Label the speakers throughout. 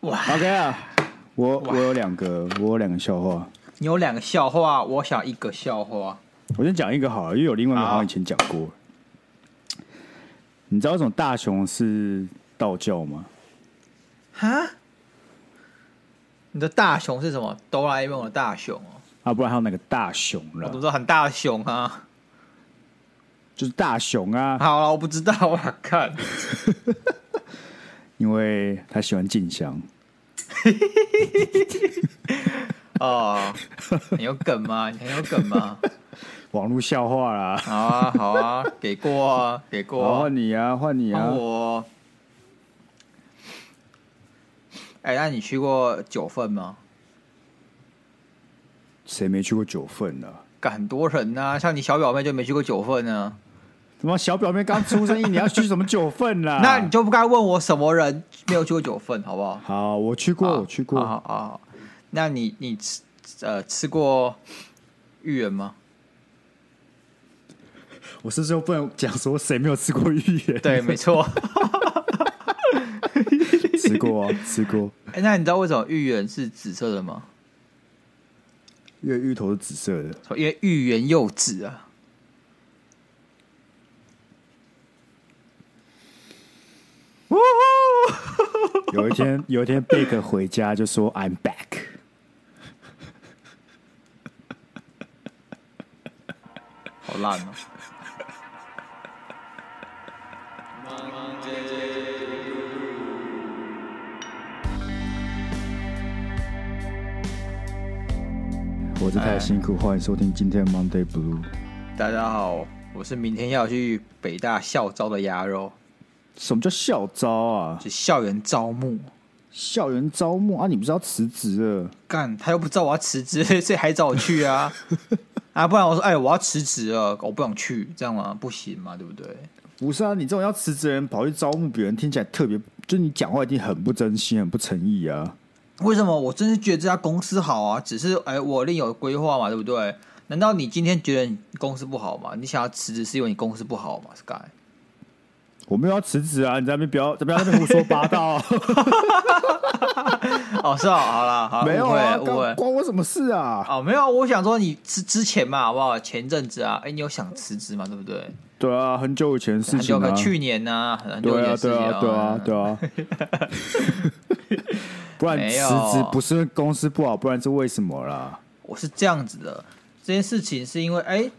Speaker 1: 哇，
Speaker 2: OK 啊，我我有两个，我有两个笑话，
Speaker 1: 你有两个笑话，我想一个笑话。
Speaker 2: 我先讲一个好了，因为有另外一个好像以前讲过。你知道为什么大雄是道教吗？
Speaker 1: 哈？你的大熊是什么？哆啦 A 梦的大熊哦，
Speaker 2: 啊，不然还有那个大熊
Speaker 1: 我怎么
Speaker 2: 了，
Speaker 1: 知道很大的熊啊？
Speaker 2: 就是大雄啊，
Speaker 1: 好了，我不知道啊， 看，
Speaker 2: 因为他喜欢静香。
Speaker 1: 哦，你有梗吗？你很有梗吗？
Speaker 2: 网络笑话啦。
Speaker 1: 好啊，好啊，给过啊，给过
Speaker 2: 好，
Speaker 1: 啊、
Speaker 2: 换你啊，换你
Speaker 1: 帮
Speaker 2: 啊。
Speaker 1: 我。哎、那你去过九份吗？
Speaker 2: 谁没去过九份啊呢、
Speaker 1: 干很多人呐、像你小表妹就没去过九份啊呢、
Speaker 2: 怎么小表妹刚出生一 年，要去什么九份啦、
Speaker 1: 那你就不该问我什么人没有去过九份，好不好？
Speaker 2: 好，我去过，哦我去过。
Speaker 1: 啊啊！好那你你吃呃吃过芋圆 吗？
Speaker 2: 我是不是又不能讲说谁没有吃过芋圆？
Speaker 1: 对，没错。
Speaker 2: 吃过啊，吃过。
Speaker 1: 哎、那你知道为什么芋圆是紫色的吗？
Speaker 2: 因为芋头是紫色的，
Speaker 1: 因为芋圆柚子啊。呜呼！
Speaker 2: 有一天，有一天贝克回家就说 I'm back。
Speaker 1: 好烂哦、
Speaker 2: 我是太辛苦，欢迎收听今天的 Monday Blue。
Speaker 1: 大家好，我是明天要去北大校招的鸭肉，
Speaker 2: 什么叫校招啊？
Speaker 1: 是校园招募。
Speaker 2: 校园招募啊？你不是要辞职了？
Speaker 1: 干，他又不知道我要辞职， 所以还找我去 啊啊！不然我说，哎，我要辞职了，我不想去，这样吗？不行嘛，对不对？
Speaker 2: 不是啊，你这种要辞职的人跑去招募别人，听起来特别，就你讲话一定很不真心，很不诚意啊。
Speaker 1: 为什么？我真是觉得这家公司好啊，只是哎，我另有规划嘛，对不对？难道你今天觉得你公司不好吗？你想要辞职是因为你公司不好吗？Sky，
Speaker 2: 我没有要辞职啊，你在那边不要，不要在那边胡说八 道、啊，
Speaker 1: 哦，是哦，好啦，好啦，
Speaker 2: 没有
Speaker 1: 误会
Speaker 2: 啊，
Speaker 1: 了，误会
Speaker 2: 关
Speaker 1: 了。
Speaker 2: 关我什么事啊？
Speaker 1: 哦，没有啊，我想说你之之前嘛，好不好？前阵子啊，哎，你有想辞职嘛，对不对？
Speaker 2: 对啊，很久以前的事
Speaker 1: 很
Speaker 2: 情
Speaker 1: 久
Speaker 2: 啊
Speaker 1: 了，，去年呐、很久以前
Speaker 2: 对啊，
Speaker 1: 的事
Speaker 2: 对
Speaker 1: 情哦
Speaker 2: 啊，对啊，对啊， 不然
Speaker 1: 没
Speaker 2: 辞
Speaker 1: 有
Speaker 2: 职不是公司不好，不然是为什么啦？
Speaker 1: 我是这样子的，这件事情是因为哎、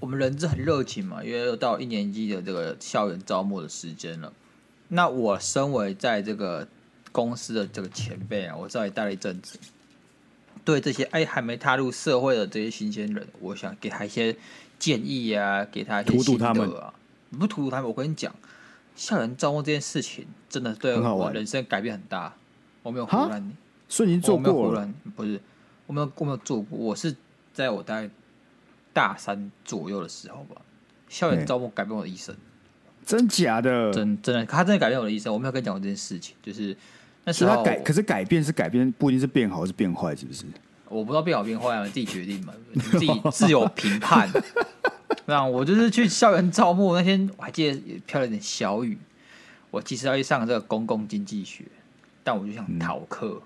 Speaker 1: 我们人是很热情嘛，因为又到一年级的这个校园招募的时间了。那我身为在这个公司的这个前辈啊，我这里待了一阵子，对这些哎、还没踏入社会的这些新鲜人，我想给他一些建议啊，给他一些
Speaker 2: 荼毒
Speaker 1: 心
Speaker 2: 他们
Speaker 1: 得啊，不荼毒他们。我跟你讲，校园招募这件事情真的对
Speaker 2: 很好玩
Speaker 1: 我人生改变很大。我没有
Speaker 2: 哈
Speaker 1: 胡乱你。
Speaker 2: 所以你
Speaker 1: 哦
Speaker 2: 做
Speaker 1: 我没有
Speaker 2: 过
Speaker 1: 忽
Speaker 2: 了，
Speaker 1: 然不是，我没有我没有做过，我是在我大概大三左右的时候吧，校园
Speaker 2: 嗯
Speaker 1: 招募改变我的一生，
Speaker 2: 真假的？
Speaker 1: 真真的，他真的改变我的一生。我没有跟你讲过这件事情，就是那时
Speaker 2: 所以
Speaker 1: 候
Speaker 2: 他改，可是改变是改变，不一定是变好是变坏，是不是？
Speaker 1: 我不知道变好变坏啊，自己决定嘛，对不对你自己自有评 判。那我就是去校园招募那天，我还记得也飘了点小雨。我其实要去上这个公共经济学，但我就想逃课，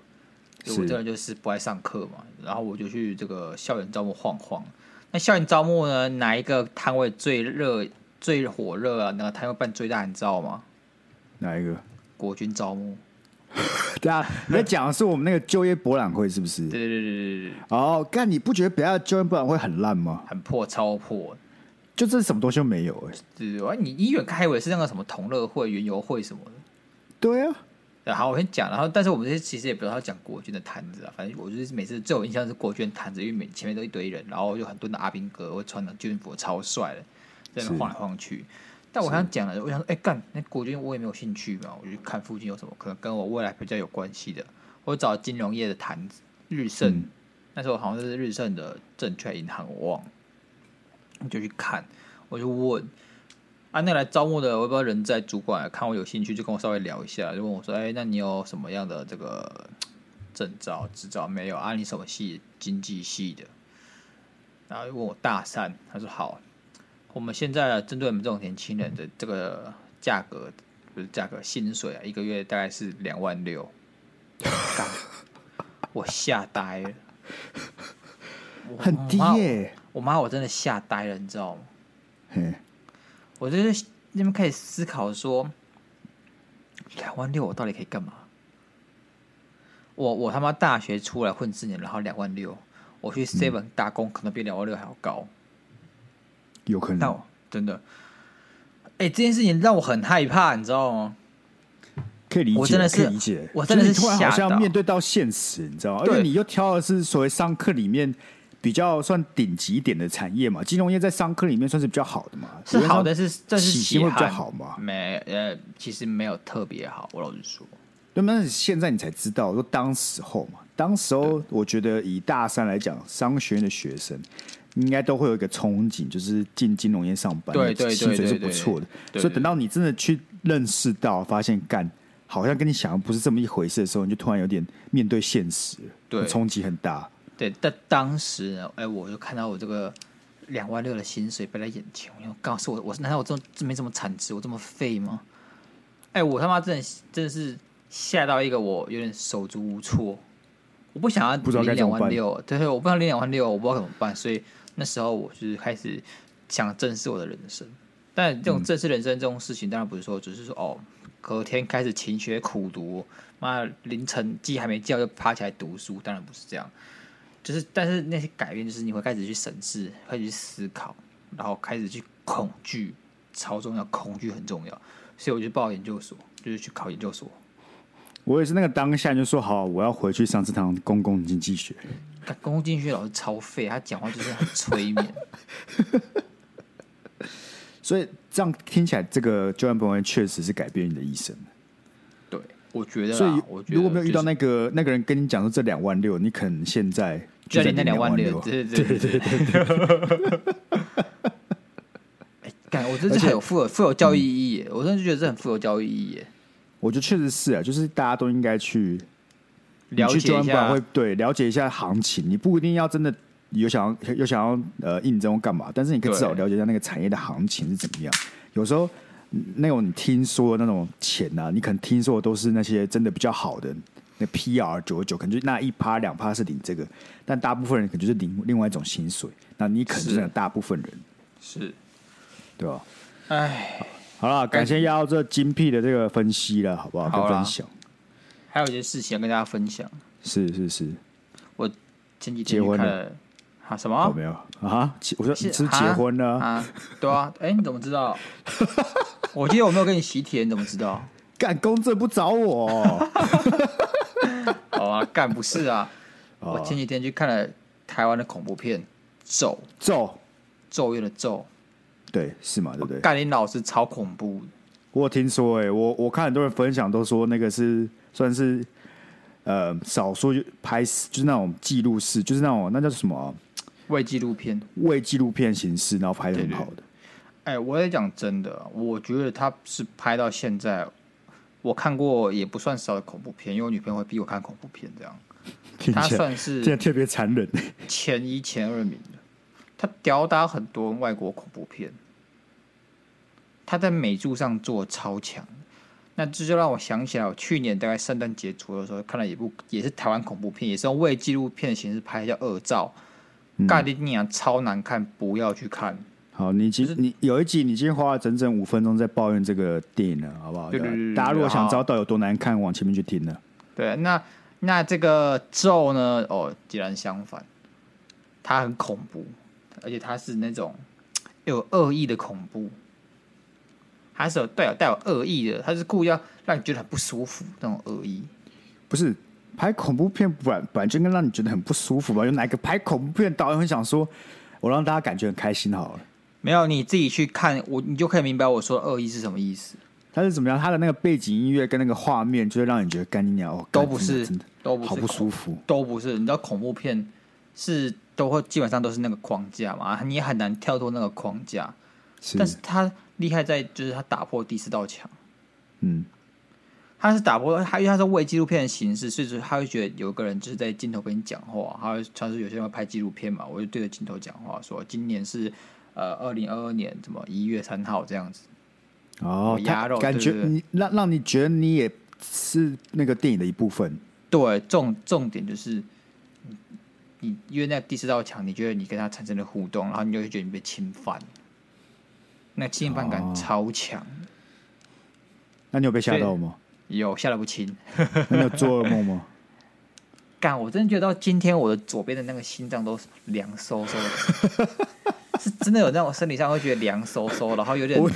Speaker 1: 因为我
Speaker 2: 是
Speaker 1: 这个人嗯就是不爱上课嘛。然后我就去这个校园招募晃晃。那校园招募呢，哪一个摊位最热、最火热啊？哪个摊位办最大？你知道吗？
Speaker 2: 哪一个？
Speaker 1: 国军招募。
Speaker 2: 对啊，你在讲的是我们那个就业博览会是不是？
Speaker 1: 对对对对对对，
Speaker 2: 哦，干，你不觉得北大的就业博览会很烂吗？
Speaker 1: 很破，超破。
Speaker 2: 就这什么东西都没有哎、
Speaker 1: 对对，你你远看还以为是那个什么同乐会、园游会什么的。
Speaker 2: 对啊，
Speaker 1: 对，好，我先讲，然后但是我们这些其实也不知道讲国军的摊子啊，反正我就是每次最有印象是国军的摊子，因为每前面都一堆人，然后就很多的阿兵哥会穿的军服，超帅的，在那边
Speaker 2: 是
Speaker 1: 晃来晃去。但我想讲了，我想说，哎、干，那国军我也没有兴趣嘛，我就看附近有什么可能跟我未来比较有关系的，我找金融业的摊子，日盛，
Speaker 2: 嗯
Speaker 1: 那时候好像是日盛的证券银行，我忘了，我就去看，我就问，啊，那来招募的，我也不知道人在主管，看我有兴趣就跟我稍微聊一下，就问我说，哎、那你有什么样的这个证照、执照没有？啊，你什么系？经济系的。然后就问我大三，他说好，我们现在针对我们这种年轻人的这个价格，不是价格，薪水啊，一个月大概是两万六。干我吓呆了，
Speaker 2: 很低
Speaker 1: 哇
Speaker 2: 耶、
Speaker 1: 我妈我真的吓呆了，你知道吗？
Speaker 2: 嘿，
Speaker 1: 我就是那边开始思考说，两万六我到底可以干嘛？我我他妈大学出来混四年，然后两万六，我
Speaker 2: 嗯
Speaker 1: 去 Seven 打工可能比两万六还要高。
Speaker 2: 有可
Speaker 1: 但
Speaker 2: 能
Speaker 1: 我真的，哎、这件事情让我很害怕，你知道吗？
Speaker 2: 可以理解，
Speaker 1: 我真的是
Speaker 2: 可以理解，
Speaker 1: 我真的是
Speaker 2: 就是你突然好
Speaker 1: 吓到
Speaker 2: 像面对到现实，你知道吗？因
Speaker 1: 对
Speaker 2: 为你又挑的是所谓商科里面比较算顶级一点的产业嘛，金融业在商科里面算是比较好的嘛，
Speaker 1: 是好的
Speaker 2: 理论上
Speaker 1: 是，但是
Speaker 2: 起
Speaker 1: 稀
Speaker 2: 薪会比较
Speaker 1: 罕
Speaker 2: 好嘛。
Speaker 1: 没呃，其实没有特别好。我老实说，
Speaker 2: 对，那你现在你才知道，说当时候嘛，当时候我觉得以大三来讲，商学院的学生应该都会有一个憧憬，就是进金融业上班，
Speaker 1: 对对对
Speaker 2: 薪水是
Speaker 1: 对对
Speaker 2: 不错的。
Speaker 1: 对
Speaker 2: 所以等到你真的去认识到，发现干好像跟你想的不是这么一回事的时候，你就突然有点面对现实，
Speaker 1: 对
Speaker 2: 冲击很大。
Speaker 1: 对，但当时呢，哎、我就看到我这个两万六的薪水摆在眼前，我就告诉我，我难道我这这没这么产值，我这么废吗？哎、我他妈真的真的是吓到一个我有点手足无措，我不想要
Speaker 2: 不知道
Speaker 1: 领
Speaker 2: 该怎
Speaker 1: 两
Speaker 2: 么
Speaker 1: 万
Speaker 2: 办
Speaker 1: 六，对，我不想领两万六，我不知道怎么办，所以那时候我就是开始想正视我的人生。但这
Speaker 2: 嗯
Speaker 1: 种正视人生这种事情，当然不是说只是说哦，隔天开始勤学苦读，妈的凌晨鸡还没叫就爬起来读书，当然不是这样。就是，但是那些改变，就是你会开始去审视，开始去思考，然后开始去恐惧，超重要，恐惧很重要。所以我就报研究所，就是去考研究所。
Speaker 2: 我也是那个当下就说好，我要回去上这堂公共经济学。
Speaker 1: 干公共进学老师超废，他讲话就是很催 眠。
Speaker 2: 所以这样听起来，这个就业博弈确实是改变你的一生。
Speaker 1: 对，我觉得
Speaker 2: 所
Speaker 1: 啦
Speaker 2: 以，
Speaker 1: 我觉得
Speaker 2: 如果没有遇
Speaker 1: 就
Speaker 2: 到
Speaker 1: 是
Speaker 2: 那个那个人跟你讲说这两万六，你可能现在
Speaker 1: 就在
Speaker 2: 在
Speaker 1: 你那两
Speaker 2: 两
Speaker 1: 万
Speaker 2: 六
Speaker 1: 六，，对对对对对。 哎，感我真是很有富有富有教育意义耶，
Speaker 2: 嗯
Speaker 1: 我真的觉得这很富有教育意义耶。
Speaker 2: 我觉得确实是啊，就是大家都应该去
Speaker 1: 了
Speaker 2: 你去
Speaker 1: 解一
Speaker 2: 专
Speaker 1: 下
Speaker 2: 班会对了解一下行情，你不一定要真的有想要有想要呃应征或干嘛，但是你可以
Speaker 1: 对
Speaker 2: 至少了解一下那个产业的行情是怎么样。有时候嗯那种你听说的那种钱啊，你可能听说的都是那些真的比较好的。那 PR 九九可能就那一趴两趴是领这个，但大部分人可能就是领另外一种薪水，那你可能就是
Speaker 1: 是
Speaker 2: 那大部分人，
Speaker 1: 是，
Speaker 2: 对吧？
Speaker 1: 哎，
Speaker 2: 好了，感谢要这精辟的这个分析了，好不好？
Speaker 1: 好
Speaker 2: 跟
Speaker 1: 啦
Speaker 2: 分享
Speaker 1: 还有一件事情要跟大家分享。
Speaker 2: 是是是，
Speaker 1: 我前几
Speaker 2: 结
Speaker 1: 天去
Speaker 2: 婚
Speaker 1: 看
Speaker 2: 了
Speaker 1: 了啊什
Speaker 2: 有
Speaker 1: 么
Speaker 2: 没有啊？结我说你是结
Speaker 1: 啊
Speaker 2: 婚了，
Speaker 1: 啊？对啊，哎，你怎么知 道？我记得我没有跟你喜帖，你怎么知道？
Speaker 2: 干公正不找我 哦，
Speaker 1: 好啊，干不是啊，
Speaker 2: 哦
Speaker 1: 我前几天去看了台湾的恐怖片《咒
Speaker 2: 咒
Speaker 1: 咒怨》的咒，
Speaker 2: 对是嘛？对不对？
Speaker 1: 盖林老师超恐怖的。
Speaker 2: 我有听说哎、我我看很多人分享都说那个是算是呃少数就拍就是那种记录式，就是那种那叫什么啊
Speaker 1: 为纪录片。
Speaker 2: 为纪录片形式，然后拍的很好的。
Speaker 1: 哎、我也讲真的，我觉得他是拍到现在，我看过也不算少的恐怖片，因为我女朋友会逼我看恐怖片，这样
Speaker 2: 听
Speaker 1: 他
Speaker 2: 起来
Speaker 1: 算
Speaker 2: 听起
Speaker 1: 是
Speaker 2: 来特别残忍，
Speaker 1: 前一前二名的，他吊打很多外国恐怖片，他在美剧上做得超强。那这就让我想起来，我去年大概圣诞节左右的时候看了一部，也是台湾恐怖片，也是用伪纪录片的形式拍，叫《恶兆》，干你娘超难看，不要去看。
Speaker 2: 好，你今你有一集你今天花了整整五分钟在抱怨这个电影了，好不好？
Speaker 1: 对对对对
Speaker 2: 大家如果想
Speaker 1: 好
Speaker 2: 知道到底有多难看，往前面去听了。
Speaker 1: 对，那那这个咒呢？哦，截然相反，它很恐怖，而且它是那种有恶意的恐怖，它是有啊带有带有恶意的，它是故意要让你觉得很不舒服那种恶意。
Speaker 2: 不是拍恐怖片，本来本来就应该让你觉得很不舒服吧？有哪个拍恐怖片的导演会想说，我让大家感觉很开心好了？
Speaker 1: 没有，你自己去看我，你就可以明白我说的恶意是什么意思，
Speaker 2: 他是怎么样？他的那个背景音乐跟那个画面，就会让你觉得干你鸟哦，
Speaker 1: 都
Speaker 2: 干
Speaker 1: 不
Speaker 2: 真的
Speaker 1: 是
Speaker 2: 真的，
Speaker 1: 都不是
Speaker 2: 好不
Speaker 1: 恐
Speaker 2: 舒服。
Speaker 1: 都不是。你知道恐怖片是都会基本上都是那个框架嘛，你也很难跳脱那个框架。
Speaker 2: 是
Speaker 1: 但，是它厉害在就是它打破第四道墙。
Speaker 2: 嗯，
Speaker 1: 他是打破，他因为他是为纪录片的形式，所以说他会觉得有个人就是在镜头跟你讲话，他会传说有些人会拍纪录片嘛，我就对着镜头讲话说，今年是呃二零二二年怎么一月三号这样子，
Speaker 2: 哦
Speaker 1: 我，鸭
Speaker 2: 他
Speaker 1: 肉
Speaker 2: 感觉
Speaker 1: 对对对
Speaker 2: 你让让你觉得你也是那个电影的一部分，
Speaker 1: 对，重重点就是你你因为那第四道墙，你觉得你跟他产生了互动，然后你就会觉得你被侵犯，那侵犯感
Speaker 2: 哦
Speaker 1: 超强，
Speaker 2: 那你有被吓到吗？
Speaker 1: 有下得不轻。
Speaker 2: 那你有做噩梦吗？
Speaker 1: 干，我真的觉得到今天我的左边的那个心脏都凉飕飕的，是真的有那种身体上会觉得凉飕飕，然后有点
Speaker 2: 我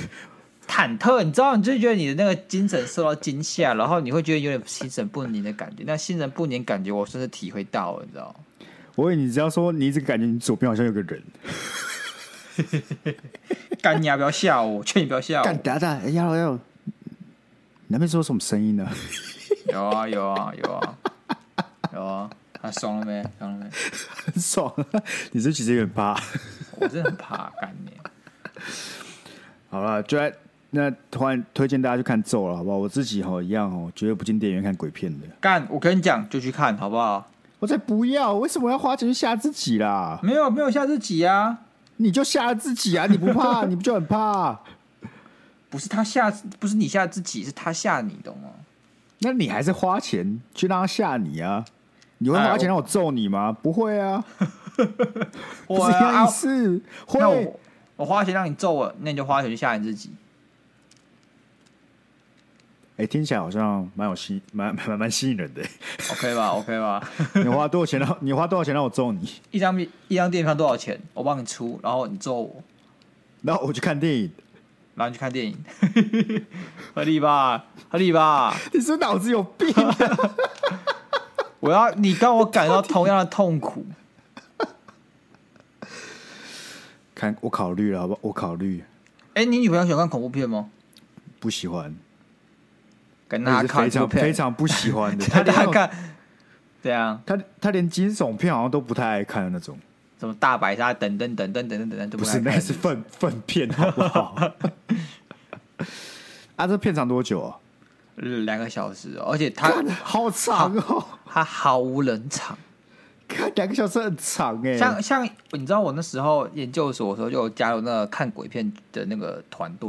Speaker 1: 忐忑，你知道，你就觉得你的那个精神受到惊吓，然后你会觉得有点心神不宁的感觉。那心神不宁感觉，我甚至体会到了，你知道吗？
Speaker 2: 我以为你只要说你一直感觉你左边好像有个人，
Speaker 1: 干你啊！不要吓我，劝你不要吓
Speaker 2: 干
Speaker 1: 我。
Speaker 2: 等一下等一下，哎呀呀，你那边是有什么声音呢？
Speaker 1: 有啊有啊有啊有啊！他、爽了没？爽了没？
Speaker 2: 很爽，啊你是其实有点怕。
Speaker 1: 我真的很怕干你。
Speaker 2: 好了，就在那突然推荐大家去看咒了，好不好？我自己哈一样哦，绝对不进电影院看鬼片的。
Speaker 1: 干，我跟你讲，就去看好不好？
Speaker 2: 我才不要，为什么要花钱去吓自己啦？
Speaker 1: 没有没有下自己啊。
Speaker 2: 你就吓了自己啊！你不 怕，你不就很怕、
Speaker 1: 不是他吓，不是你吓自己，是他吓你，懂吗？
Speaker 2: 那你还是花钱去让他吓你啊？你会花钱让我揍你吗？不会啊，不是一样意思。
Speaker 1: 啊那
Speaker 2: 会
Speaker 1: 我我花钱让你揍我，那你就花钱去吓你自己。
Speaker 2: 哎、听起来好像蛮有吸， 蛮蛮蛮蛮吸引人的。
Speaker 1: OK 吧，OK 吧。
Speaker 2: 你花多少钱让？你花多少钱让我揍你？
Speaker 1: 一张面一张电影票多少钱？我帮你出，然后你揍我，
Speaker 2: 然后我去看电影。
Speaker 1: 然后你去看电影， 合理吧？合理吧？
Speaker 2: 你是不是脑子有病、啊？
Speaker 1: 我要你跟我感到同样的痛苦。
Speaker 2: 看，我考虑了，好不好？我考虑，
Speaker 1: 哎、你女朋友喜欢看恐怖片吗？
Speaker 2: 不喜欢，
Speaker 1: 跟她
Speaker 2: 那是
Speaker 1: 看恐
Speaker 2: 非
Speaker 1: 怖
Speaker 2: 常
Speaker 1: 片，
Speaker 2: 非常不喜欢 的。 他
Speaker 1: 跟
Speaker 2: 连
Speaker 1: 她
Speaker 2: 那种
Speaker 1: 看啊怎样？
Speaker 2: 他他连惊悚片好像都不太爱看的那种。
Speaker 1: 什么大白鲨等等等等等等等等，都
Speaker 2: 不
Speaker 1: 爱
Speaker 2: 是，那
Speaker 1: 看
Speaker 2: 是粪粪片，好不好？ 啊，这片长多久 啊？
Speaker 1: 两个小时哦，而且她
Speaker 2: 好长哦，
Speaker 1: 她毫无冷场。
Speaker 2: 看两个小时很长哎、
Speaker 1: 像像你知道我那时候研究所的时候就有加入那个看鬼片的那个团队，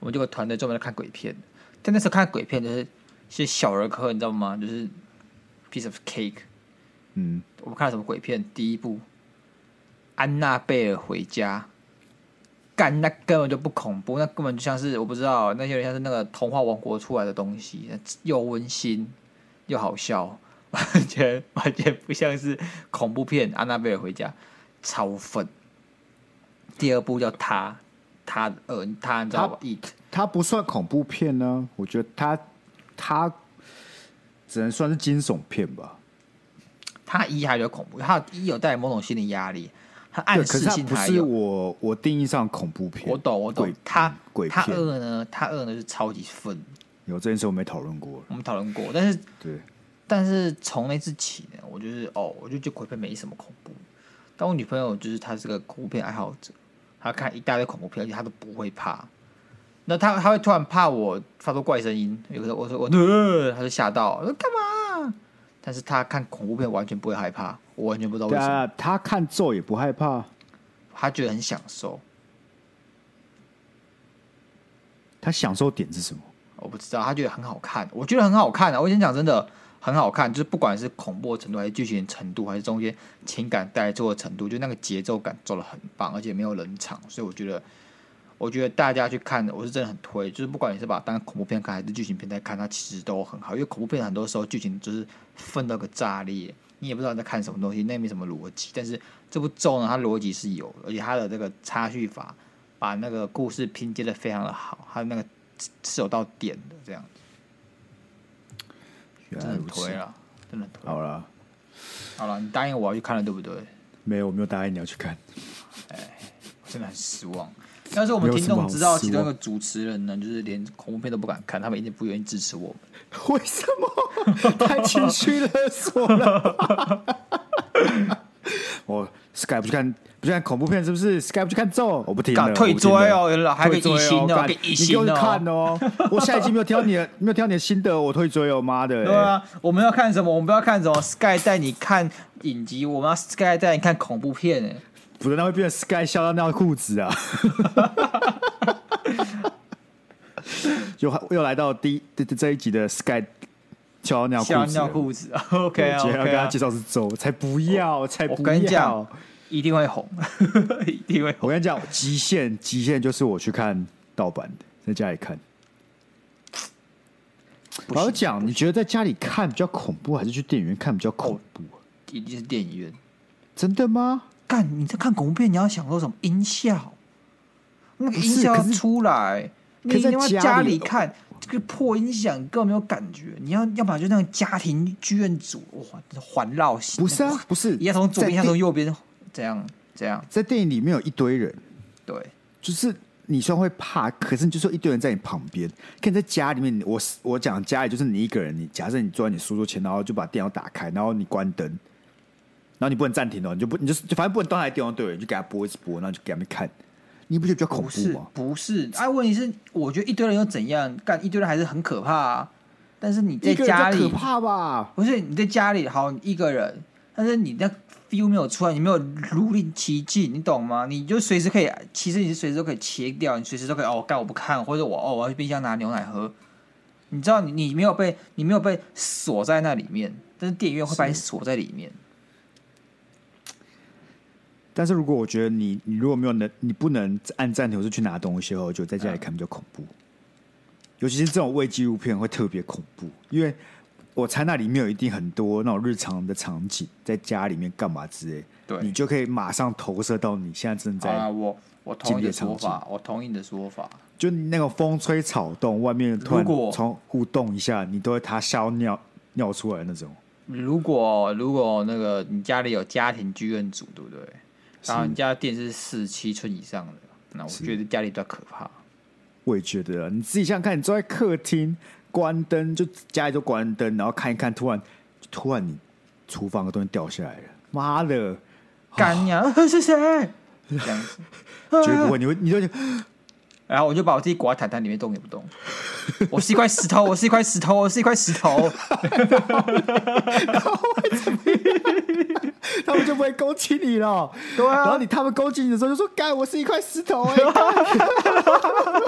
Speaker 1: 我们这个团队专门在看鬼片，但那时候看鬼片就是是小儿科，你知道吗？就是 piece of cake。
Speaker 2: 嗯，
Speaker 1: 我们看了什么鬼片？第一部《安娜贝尔回家》，干那根本就不恐怖，那根本就像是我不知道，那有点像是那个童话王国出来的东西，又温馨又好笑， 完全完全不像是恐怖片《安娜贝尔回家》，超粉。第二部叫他，他的呃，他你知道吧？It
Speaker 2: 它不算恐怖片呢、我觉得它它只能算是惊悚片吧。
Speaker 1: 他一还有恐怖，他一有带来某种心理压力，他
Speaker 2: 对，
Speaker 1: 暗
Speaker 2: 可
Speaker 1: 示
Speaker 2: 是它
Speaker 1: 性
Speaker 2: 不
Speaker 1: 还
Speaker 2: 是
Speaker 1: 有。
Speaker 2: 我我定义上恐怖片。
Speaker 1: 我懂，我懂
Speaker 2: 鬼。
Speaker 1: 他
Speaker 2: 鬼
Speaker 1: 他
Speaker 2: 片
Speaker 1: 二呢，他二呢是超级愤，
Speaker 2: 有这件事我没讨论过了。
Speaker 1: 我们讨论过。但是
Speaker 2: 对，
Speaker 1: 但是从那次起呢，我就是哦，我就觉得鬼片没什么恐怖。但我女朋友就是她是个恐怖片爱好者，她看一大堆恐怖片，而且她都不会怕。那她她会突然怕我发出怪声音，有时候我说我，呃她就吓到，我说干嘛？啊但是她看恐怖片完全不会害怕，我完全不知道为
Speaker 2: 对
Speaker 1: 什么，
Speaker 2: 啊，他看咒也不害怕，
Speaker 1: 她觉得很享受。
Speaker 2: 他享受点是什么？
Speaker 1: 我不知道，他觉得很好看，我觉得很好看啊！我先讲真的，很好看，就是不管是恐怖的程度，还是剧情程度，还是中间情感带做的程度，就那个节奏感做的很棒，而且没有冷场，所以我觉得，我觉得大家去看，我是真的很推，就是不管你是把它当恐怖片看，还是剧情片在看，它其实都很好，因为恐怖片很多时候剧情就是愤到个炸裂，你也不知道你在看什么东西，那也没什么逻辑，但是这部咒呢，它逻辑是有的，而且它的这个插叙法。把那个故事拼接的非常的好，它的那个是有到点的，这样子
Speaker 2: 原
Speaker 1: 真的
Speaker 2: 来
Speaker 1: 很啊
Speaker 2: 如
Speaker 1: 推
Speaker 2: 此。
Speaker 1: 了，真的很推。
Speaker 2: 好了，
Speaker 1: 好了，你答应我要去看了，对不对？我
Speaker 2: 没有，我没有答应你要去看。
Speaker 1: 真的很失望。要是我们
Speaker 2: 没有
Speaker 1: 听
Speaker 2: 什么
Speaker 1: 众
Speaker 2: 好
Speaker 1: 知道
Speaker 2: 失
Speaker 1: 其中一个主持人呢，就是连恐怖片都不敢看，他们一定不愿意支持我们。
Speaker 2: 为什么？ 太情绪勒索了吧。 我 Sky 不去看，不去看恐怖片是不是？Sky 不去看咒，我不听了，
Speaker 1: 干退追哦
Speaker 2: 我不听了
Speaker 1: 还有个
Speaker 2: 退
Speaker 1: 一
Speaker 2: 追
Speaker 1: 星哦
Speaker 2: 干
Speaker 1: 还有个一
Speaker 2: 你给我
Speaker 1: 星
Speaker 2: 去
Speaker 1: 哦
Speaker 2: 看哦！我下一集没有听到你的， 没有听到你的心得，我退追哦，妈的！
Speaker 1: 对啊，我们要看什么？我们不要看什么 Sky 带你看影集，我们要 Sky 带你看恐怖片、欸。
Speaker 2: 不然那会变成 Sky 笑到尿裤子啊！ 又又来到第这这这一集的 Sky 笑到尿哦裤
Speaker 1: 吓
Speaker 2: 子啊
Speaker 1: 尿
Speaker 2: 了。
Speaker 1: 裤子 ，OK 啊
Speaker 2: 对
Speaker 1: ，OK
Speaker 2: 要跟他
Speaker 1: 啊
Speaker 2: 介，绍是周，才不要，才
Speaker 1: 我
Speaker 2: 不
Speaker 1: 跟你
Speaker 2: 要
Speaker 1: 讲。，一定会红， 一定会
Speaker 2: 我
Speaker 1: 红。
Speaker 2: 跟你讲，极限极限就是我去看盗版的，在家里看。
Speaker 1: 不
Speaker 2: 老实
Speaker 1: 行，
Speaker 2: 讲，你觉得在家里看比较恐怖，还是去电影院看比较恐怖啊？
Speaker 1: 一定是电影院。
Speaker 2: 真的吗？
Speaker 1: 干，你在看恐怖片，你要享受什么音效？那个
Speaker 2: 不
Speaker 1: 音
Speaker 2: 是
Speaker 1: 效要
Speaker 2: 可是
Speaker 1: 出来，
Speaker 2: 可是
Speaker 1: 你
Speaker 2: 在
Speaker 1: 另外
Speaker 2: 家
Speaker 1: 家
Speaker 2: 里
Speaker 1: 里看这个破音响根本没有感觉。你要要么就那种家庭剧院组，哇，环绕型，
Speaker 2: 不是啊，不是。
Speaker 1: 一下从左边，一
Speaker 2: 在
Speaker 1: 下从
Speaker 2: 电
Speaker 1: 右边，这样这样，
Speaker 2: 在电影里面有一堆人，
Speaker 1: 对，
Speaker 2: 就是你虽然会怕，可是你就说一堆人在你旁边。可你在家里面，我我讲家里就是你一个人，你假设你坐在你书桌前，然后就把电脑打开，然后你关灯，然后你不能暂停哦，你就不你就就反正不能动开电脑对了，你就给他播一直播，然后就给他们看，你不觉得比较恐
Speaker 1: 不
Speaker 2: 怖
Speaker 1: 是
Speaker 2: 吗？
Speaker 1: 不是。哎、问题是，我觉得一堆人又怎样？干一堆人还是很可怕啊。但是你在
Speaker 2: 一个人
Speaker 1: 家
Speaker 2: 就
Speaker 1: 里
Speaker 2: 可，怕吧？
Speaker 1: 不是你在家里好，你一个人，但是你那 feel 没有出来，你没有如临其境，你懂吗？你就随时可以，其实你是随时都可以切掉，你随时都可以哦，干我不看，或者我哦，我要去冰箱拿牛奶喝。你知道你你没有
Speaker 2: 嗯
Speaker 1: 被你没有被锁在那里面，但是电影院会把你锁在里面。
Speaker 2: 但是如果我觉得你你如果没有能你不能按暂停或是去拿东西的话，我觉得在家里看比较恐怖，尤其是这种未纪录片会特别恐怖，因为我猜那里面有一定很多那种日常的场景，在家里面干嘛之类，
Speaker 1: 对
Speaker 2: 你就可以马上投射到你现在正在、
Speaker 1: 啊，我我同意你的说
Speaker 2: 境界
Speaker 1: 法，我同意你的说法。
Speaker 2: 就那个风吹草动，外面突然
Speaker 1: 如果
Speaker 2: 从互动一下，你都会他吓到尿尿出来那种。
Speaker 1: 如果如果那个你家里有家庭剧院组，对不对？然后你家电视四七寸以上的，那我觉得家里比较可
Speaker 2: 啊
Speaker 1: 怕。
Speaker 2: 我也觉得啊，你自己想想看，你坐在客厅关灯，就家里就关灯，然后看一看，突然突然你厨房的东西掉下来了，妈的，
Speaker 1: 干娘、啊、 是谁？这样子， 啊
Speaker 2: 绝对不会，你会 你就
Speaker 1: 然后我就把我自己裹在毯毯里面动也不动。 我是一块石头，我是一块石头，我是一块石 头。
Speaker 2: 他们就不会攻击你了。
Speaker 1: 对
Speaker 2: 然后
Speaker 1: 啊，
Speaker 2: 你他们攻击你的时候，就说干，我是一块石头哎、干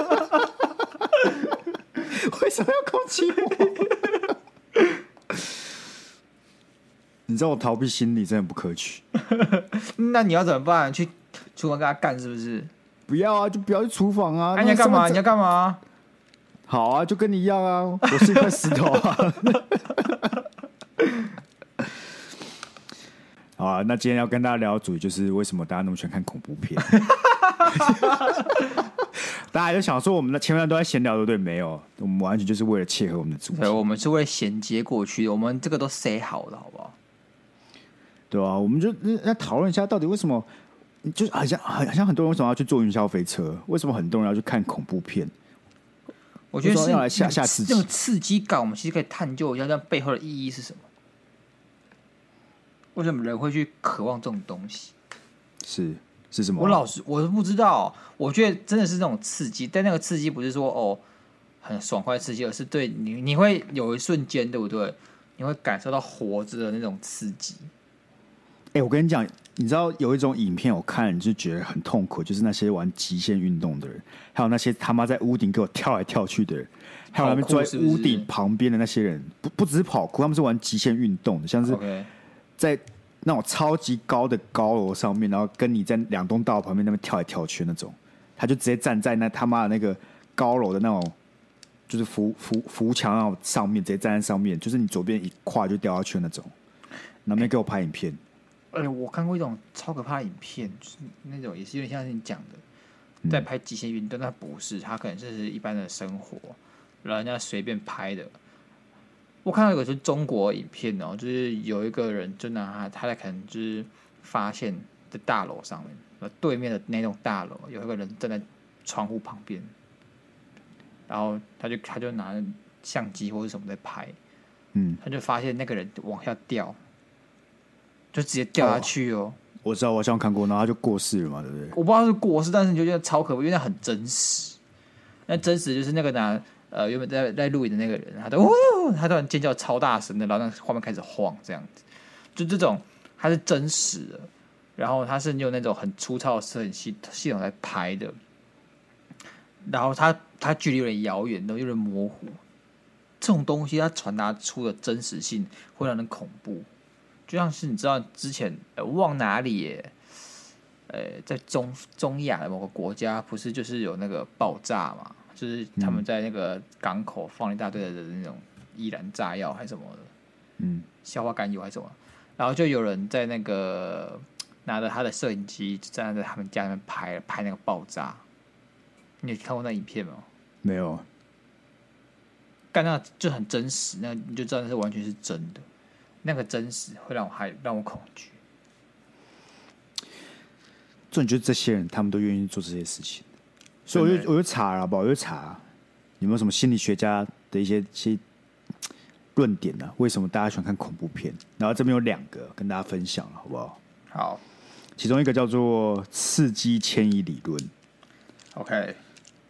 Speaker 2: 为什么要攻击我？ 你知道我逃避心理真的不可取，
Speaker 1: 那你要怎么办？去厨房跟他干是不是？
Speaker 2: 不要啊，就不要去厨房啊。
Speaker 1: 哎、你要干
Speaker 2: 那
Speaker 1: 嘛？
Speaker 2: 这么
Speaker 1: 你要干嘛？
Speaker 2: 好啊，就跟你一样啊，我是一块石头啊。好啊，那今天要跟大家聊的主题就是为什么大家那么喜欢看恐怖片。大家就想说，我们的前面都在闲聊，对不对？没有，我们完全就是为了切合我们的主题
Speaker 1: 对，，我们是为了衔接过去的，我们这个都塞好了，好不好？
Speaker 2: 对啊，我们就那那讨论一下，到底为什么，就是好像好像很多人为什么要去坐云霄飞车？为什么很多人要去看恐怖片？
Speaker 1: 我觉得
Speaker 2: 不
Speaker 1: 是
Speaker 2: 知道要来吓
Speaker 1: 那个
Speaker 2: 吓
Speaker 1: 刺
Speaker 2: 自己
Speaker 1: 那个刺激感，我们其实可以探究一下，这样背后的意义是什么？为什么人会去渴望这种东西？
Speaker 2: 是是什么啊？
Speaker 1: 我老实，我都不知道。我觉得真的是那种刺激，但那个刺激不是说哦很爽快刺激，而是对你，你会有一瞬间，对不对？你会感受到活着的那种刺激。
Speaker 2: 哎、我跟你讲，你知道有一种影片我看，就觉得很痛苦，就是那些玩极限运动的人，还有那些他妈在屋顶给我跳来跳去的人，还有他们
Speaker 1: 跑酷
Speaker 2: 坐
Speaker 1: 是不
Speaker 2: 在
Speaker 1: 是
Speaker 2: 屋顶旁边的那些人，不不只是跑酷，他们是玩极限运动的，像是
Speaker 1: OK，
Speaker 2: 在那种超级高的高楼上面，然后跟你在两栋大楼旁边那边跳来跳去那种，他就直接站在那他妈的那个高楼的那种。就是扶扶扶墙那种上面，直接站在上面，就是你左边一跨就掉下去的那种。那边给我拍影片，
Speaker 1: 而且哎我看过一种超可怕的影片，就是那种也是有点像是你讲的，在拍极限运动，但不是，他可能就是一般的生活，然后人家随便拍的。我看到有个是中国影片哦，就是有一个人就拿他，他在可能就是发现在大楼上面，那对面的那栋大楼有一个人站在窗户旁边，然后他就他就拿相机或者什么在拍，
Speaker 2: 嗯，
Speaker 1: 他就发现那个人往下掉，就直接掉下去哦。
Speaker 2: 我知道，我好像看过，然后他就过世了嘛，对不对？
Speaker 1: 我不知道是过世，但是你就觉得超可怕，因为那很真实。那真实就是那个拿呃原本在在录影的那个人，他都哦，他突然尖叫超大声的，然后那个画面开始晃，这样子，就这种它是真实的，然后它是用那种很粗糙的摄影系系统来拍的，然后它它距离有点遥远，然后有点模糊，这种东西它传达出的真实性会让人恐怖。就像是你知道之前呃忘哪里耶，呃在中中亚的某个国家不是就是有那个爆炸嘛，就是他们在那个港口放一大堆的那种易燃炸药还是什么的，
Speaker 2: 嗯，
Speaker 1: 硝化甘油还是什么，然后就有人在那个拿着他的摄影机站在他们家那边拍拍那个爆炸。你有看过那影片吗？
Speaker 2: 没有，
Speaker 1: 干那就很真实，那你就知道那是完全是真的，那个真实会让我害让我恐惧。
Speaker 2: 重点就是这些人他们都愿意做这些事情，所以我
Speaker 1: 真
Speaker 2: 就
Speaker 1: 的
Speaker 2: 我就查了，好不好？我就查有没有什么心理学家的一些一些论点呢、为什么大家喜欢看恐怖片？然后这边有两个跟大家分享了，好不好？
Speaker 1: 好
Speaker 2: 其中一个叫做刺激迁移理论，
Speaker 1: ，OK，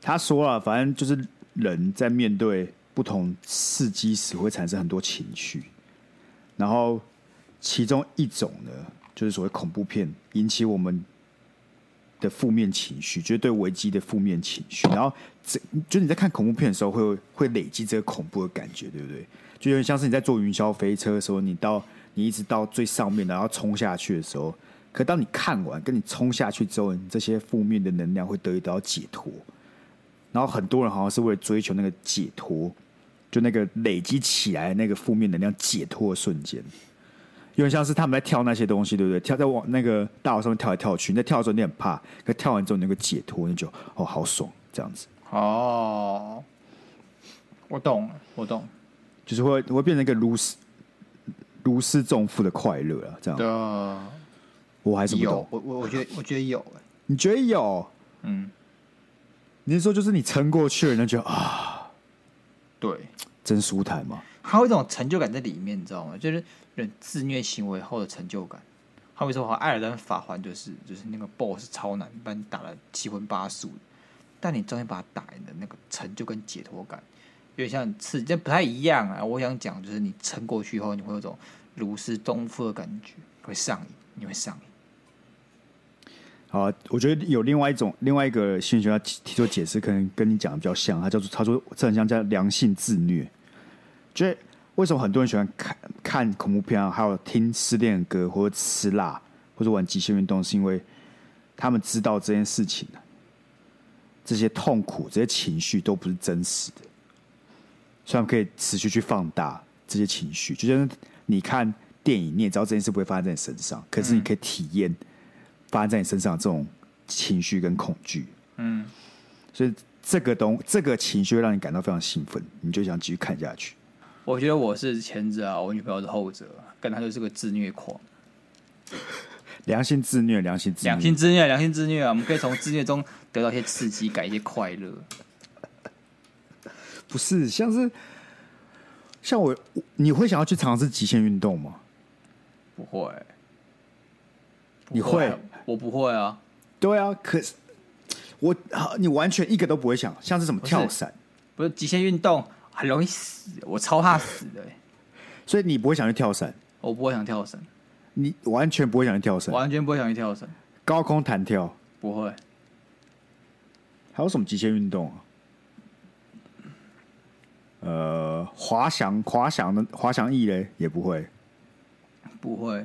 Speaker 2: 他说了，反正就是人在面对不同刺激时会产生很多情绪，然后其中一种呢，就是所谓恐怖片引起我们的负面情绪，就是对危机的负面情绪。然后这就是你在看恐怖片的时候会，会累积这个恐怖的感觉，对不对？就有点像是你在坐云霄飞车的时候，你到你一直到最上面，然后冲下去的时候，可当你看完跟你冲下去之后，你这些负面的能量会得到解脱。然后很多人好像是为了追求那个解脱，就那个累积起来那个负面能量解脱的瞬间，有点像是他们在跳那些东西，对不对？跳在往那个大楼上面跳来跳去，你在跳的时候你很怕，可跳完之后你那个解脱，你就哦好爽，这样子
Speaker 1: 哦，我懂了，我懂，
Speaker 2: 就是会会变成一个如释如释重负的快乐啊，这样
Speaker 1: 对，
Speaker 2: 我还是不
Speaker 1: 有
Speaker 2: 懂，，
Speaker 1: 我我我觉得我觉得有，欸
Speaker 2: 你觉得有？
Speaker 1: 嗯，
Speaker 2: 你是说就是你撑过去了，你就觉得啊
Speaker 1: 对，
Speaker 2: 真舒坦吗？
Speaker 1: 还有一种成就感在里面，你知道吗？就是人自虐行为后的成就感。好比说，好像艾尔登法环就是就是那个 BOSS 超难，把你打了七荤八素的，但你终于把它打赢的那个成就跟解脱感，有点像刺激，但不太一样啊。我想讲就是你撑过去以后，你会有种如释重负的感觉，会上瘾，你会上瘾。
Speaker 2: 好啊，我觉得有另外一种另外一个心理学家提提出的解释，可能跟你讲的比较像。他叫做他说这很像叫良性自虐，就是为什么很多人喜欢看看恐怖片啊，还有听失恋的歌或者吃辣或者玩极限运动，是因为他们知道这件事情啊这些痛苦、这些情绪都不是真实的，所以他们可以持续去放大这些情绪。就像你看电影，你也知道这件事不会发生在你身上，可是你可以体验。发生在你身上的这种情绪跟恐惧，
Speaker 1: 嗯，
Speaker 2: 所以这个东这个情绪会让你感到非常兴奋，你就想继续看下去。
Speaker 1: 我觉得我是前者啊，我女朋友是后者啊，跟她就是个自虐狂，
Speaker 2: 嗯良性自虐，良性自虐，
Speaker 1: 良性自虐，良性自虐啊，我们可以从自虐中得到一些刺激感，一些快乐。
Speaker 2: 不是像是像我，我你会想要去尝试极限运动吗？
Speaker 1: 不会。
Speaker 2: 你
Speaker 1: 不
Speaker 2: 会？
Speaker 1: 我不会啊。
Speaker 2: 对啊，可是我啊你完全一个都不会想，像是什么
Speaker 1: 是
Speaker 2: 跳伞，
Speaker 1: 不是极限运动很容易死，我超怕死的欸、
Speaker 2: 所以你不会想去跳伞，
Speaker 1: 我不会想跳绳，
Speaker 2: 你完全不会想去跳伞，
Speaker 1: 完全不会想去跳绳，
Speaker 2: 高空弹跳，
Speaker 1: 不会。
Speaker 2: 还有什么极限运动啊？呃，滑翔，滑翔的滑翔翼嘞，也不会。
Speaker 1: 不会，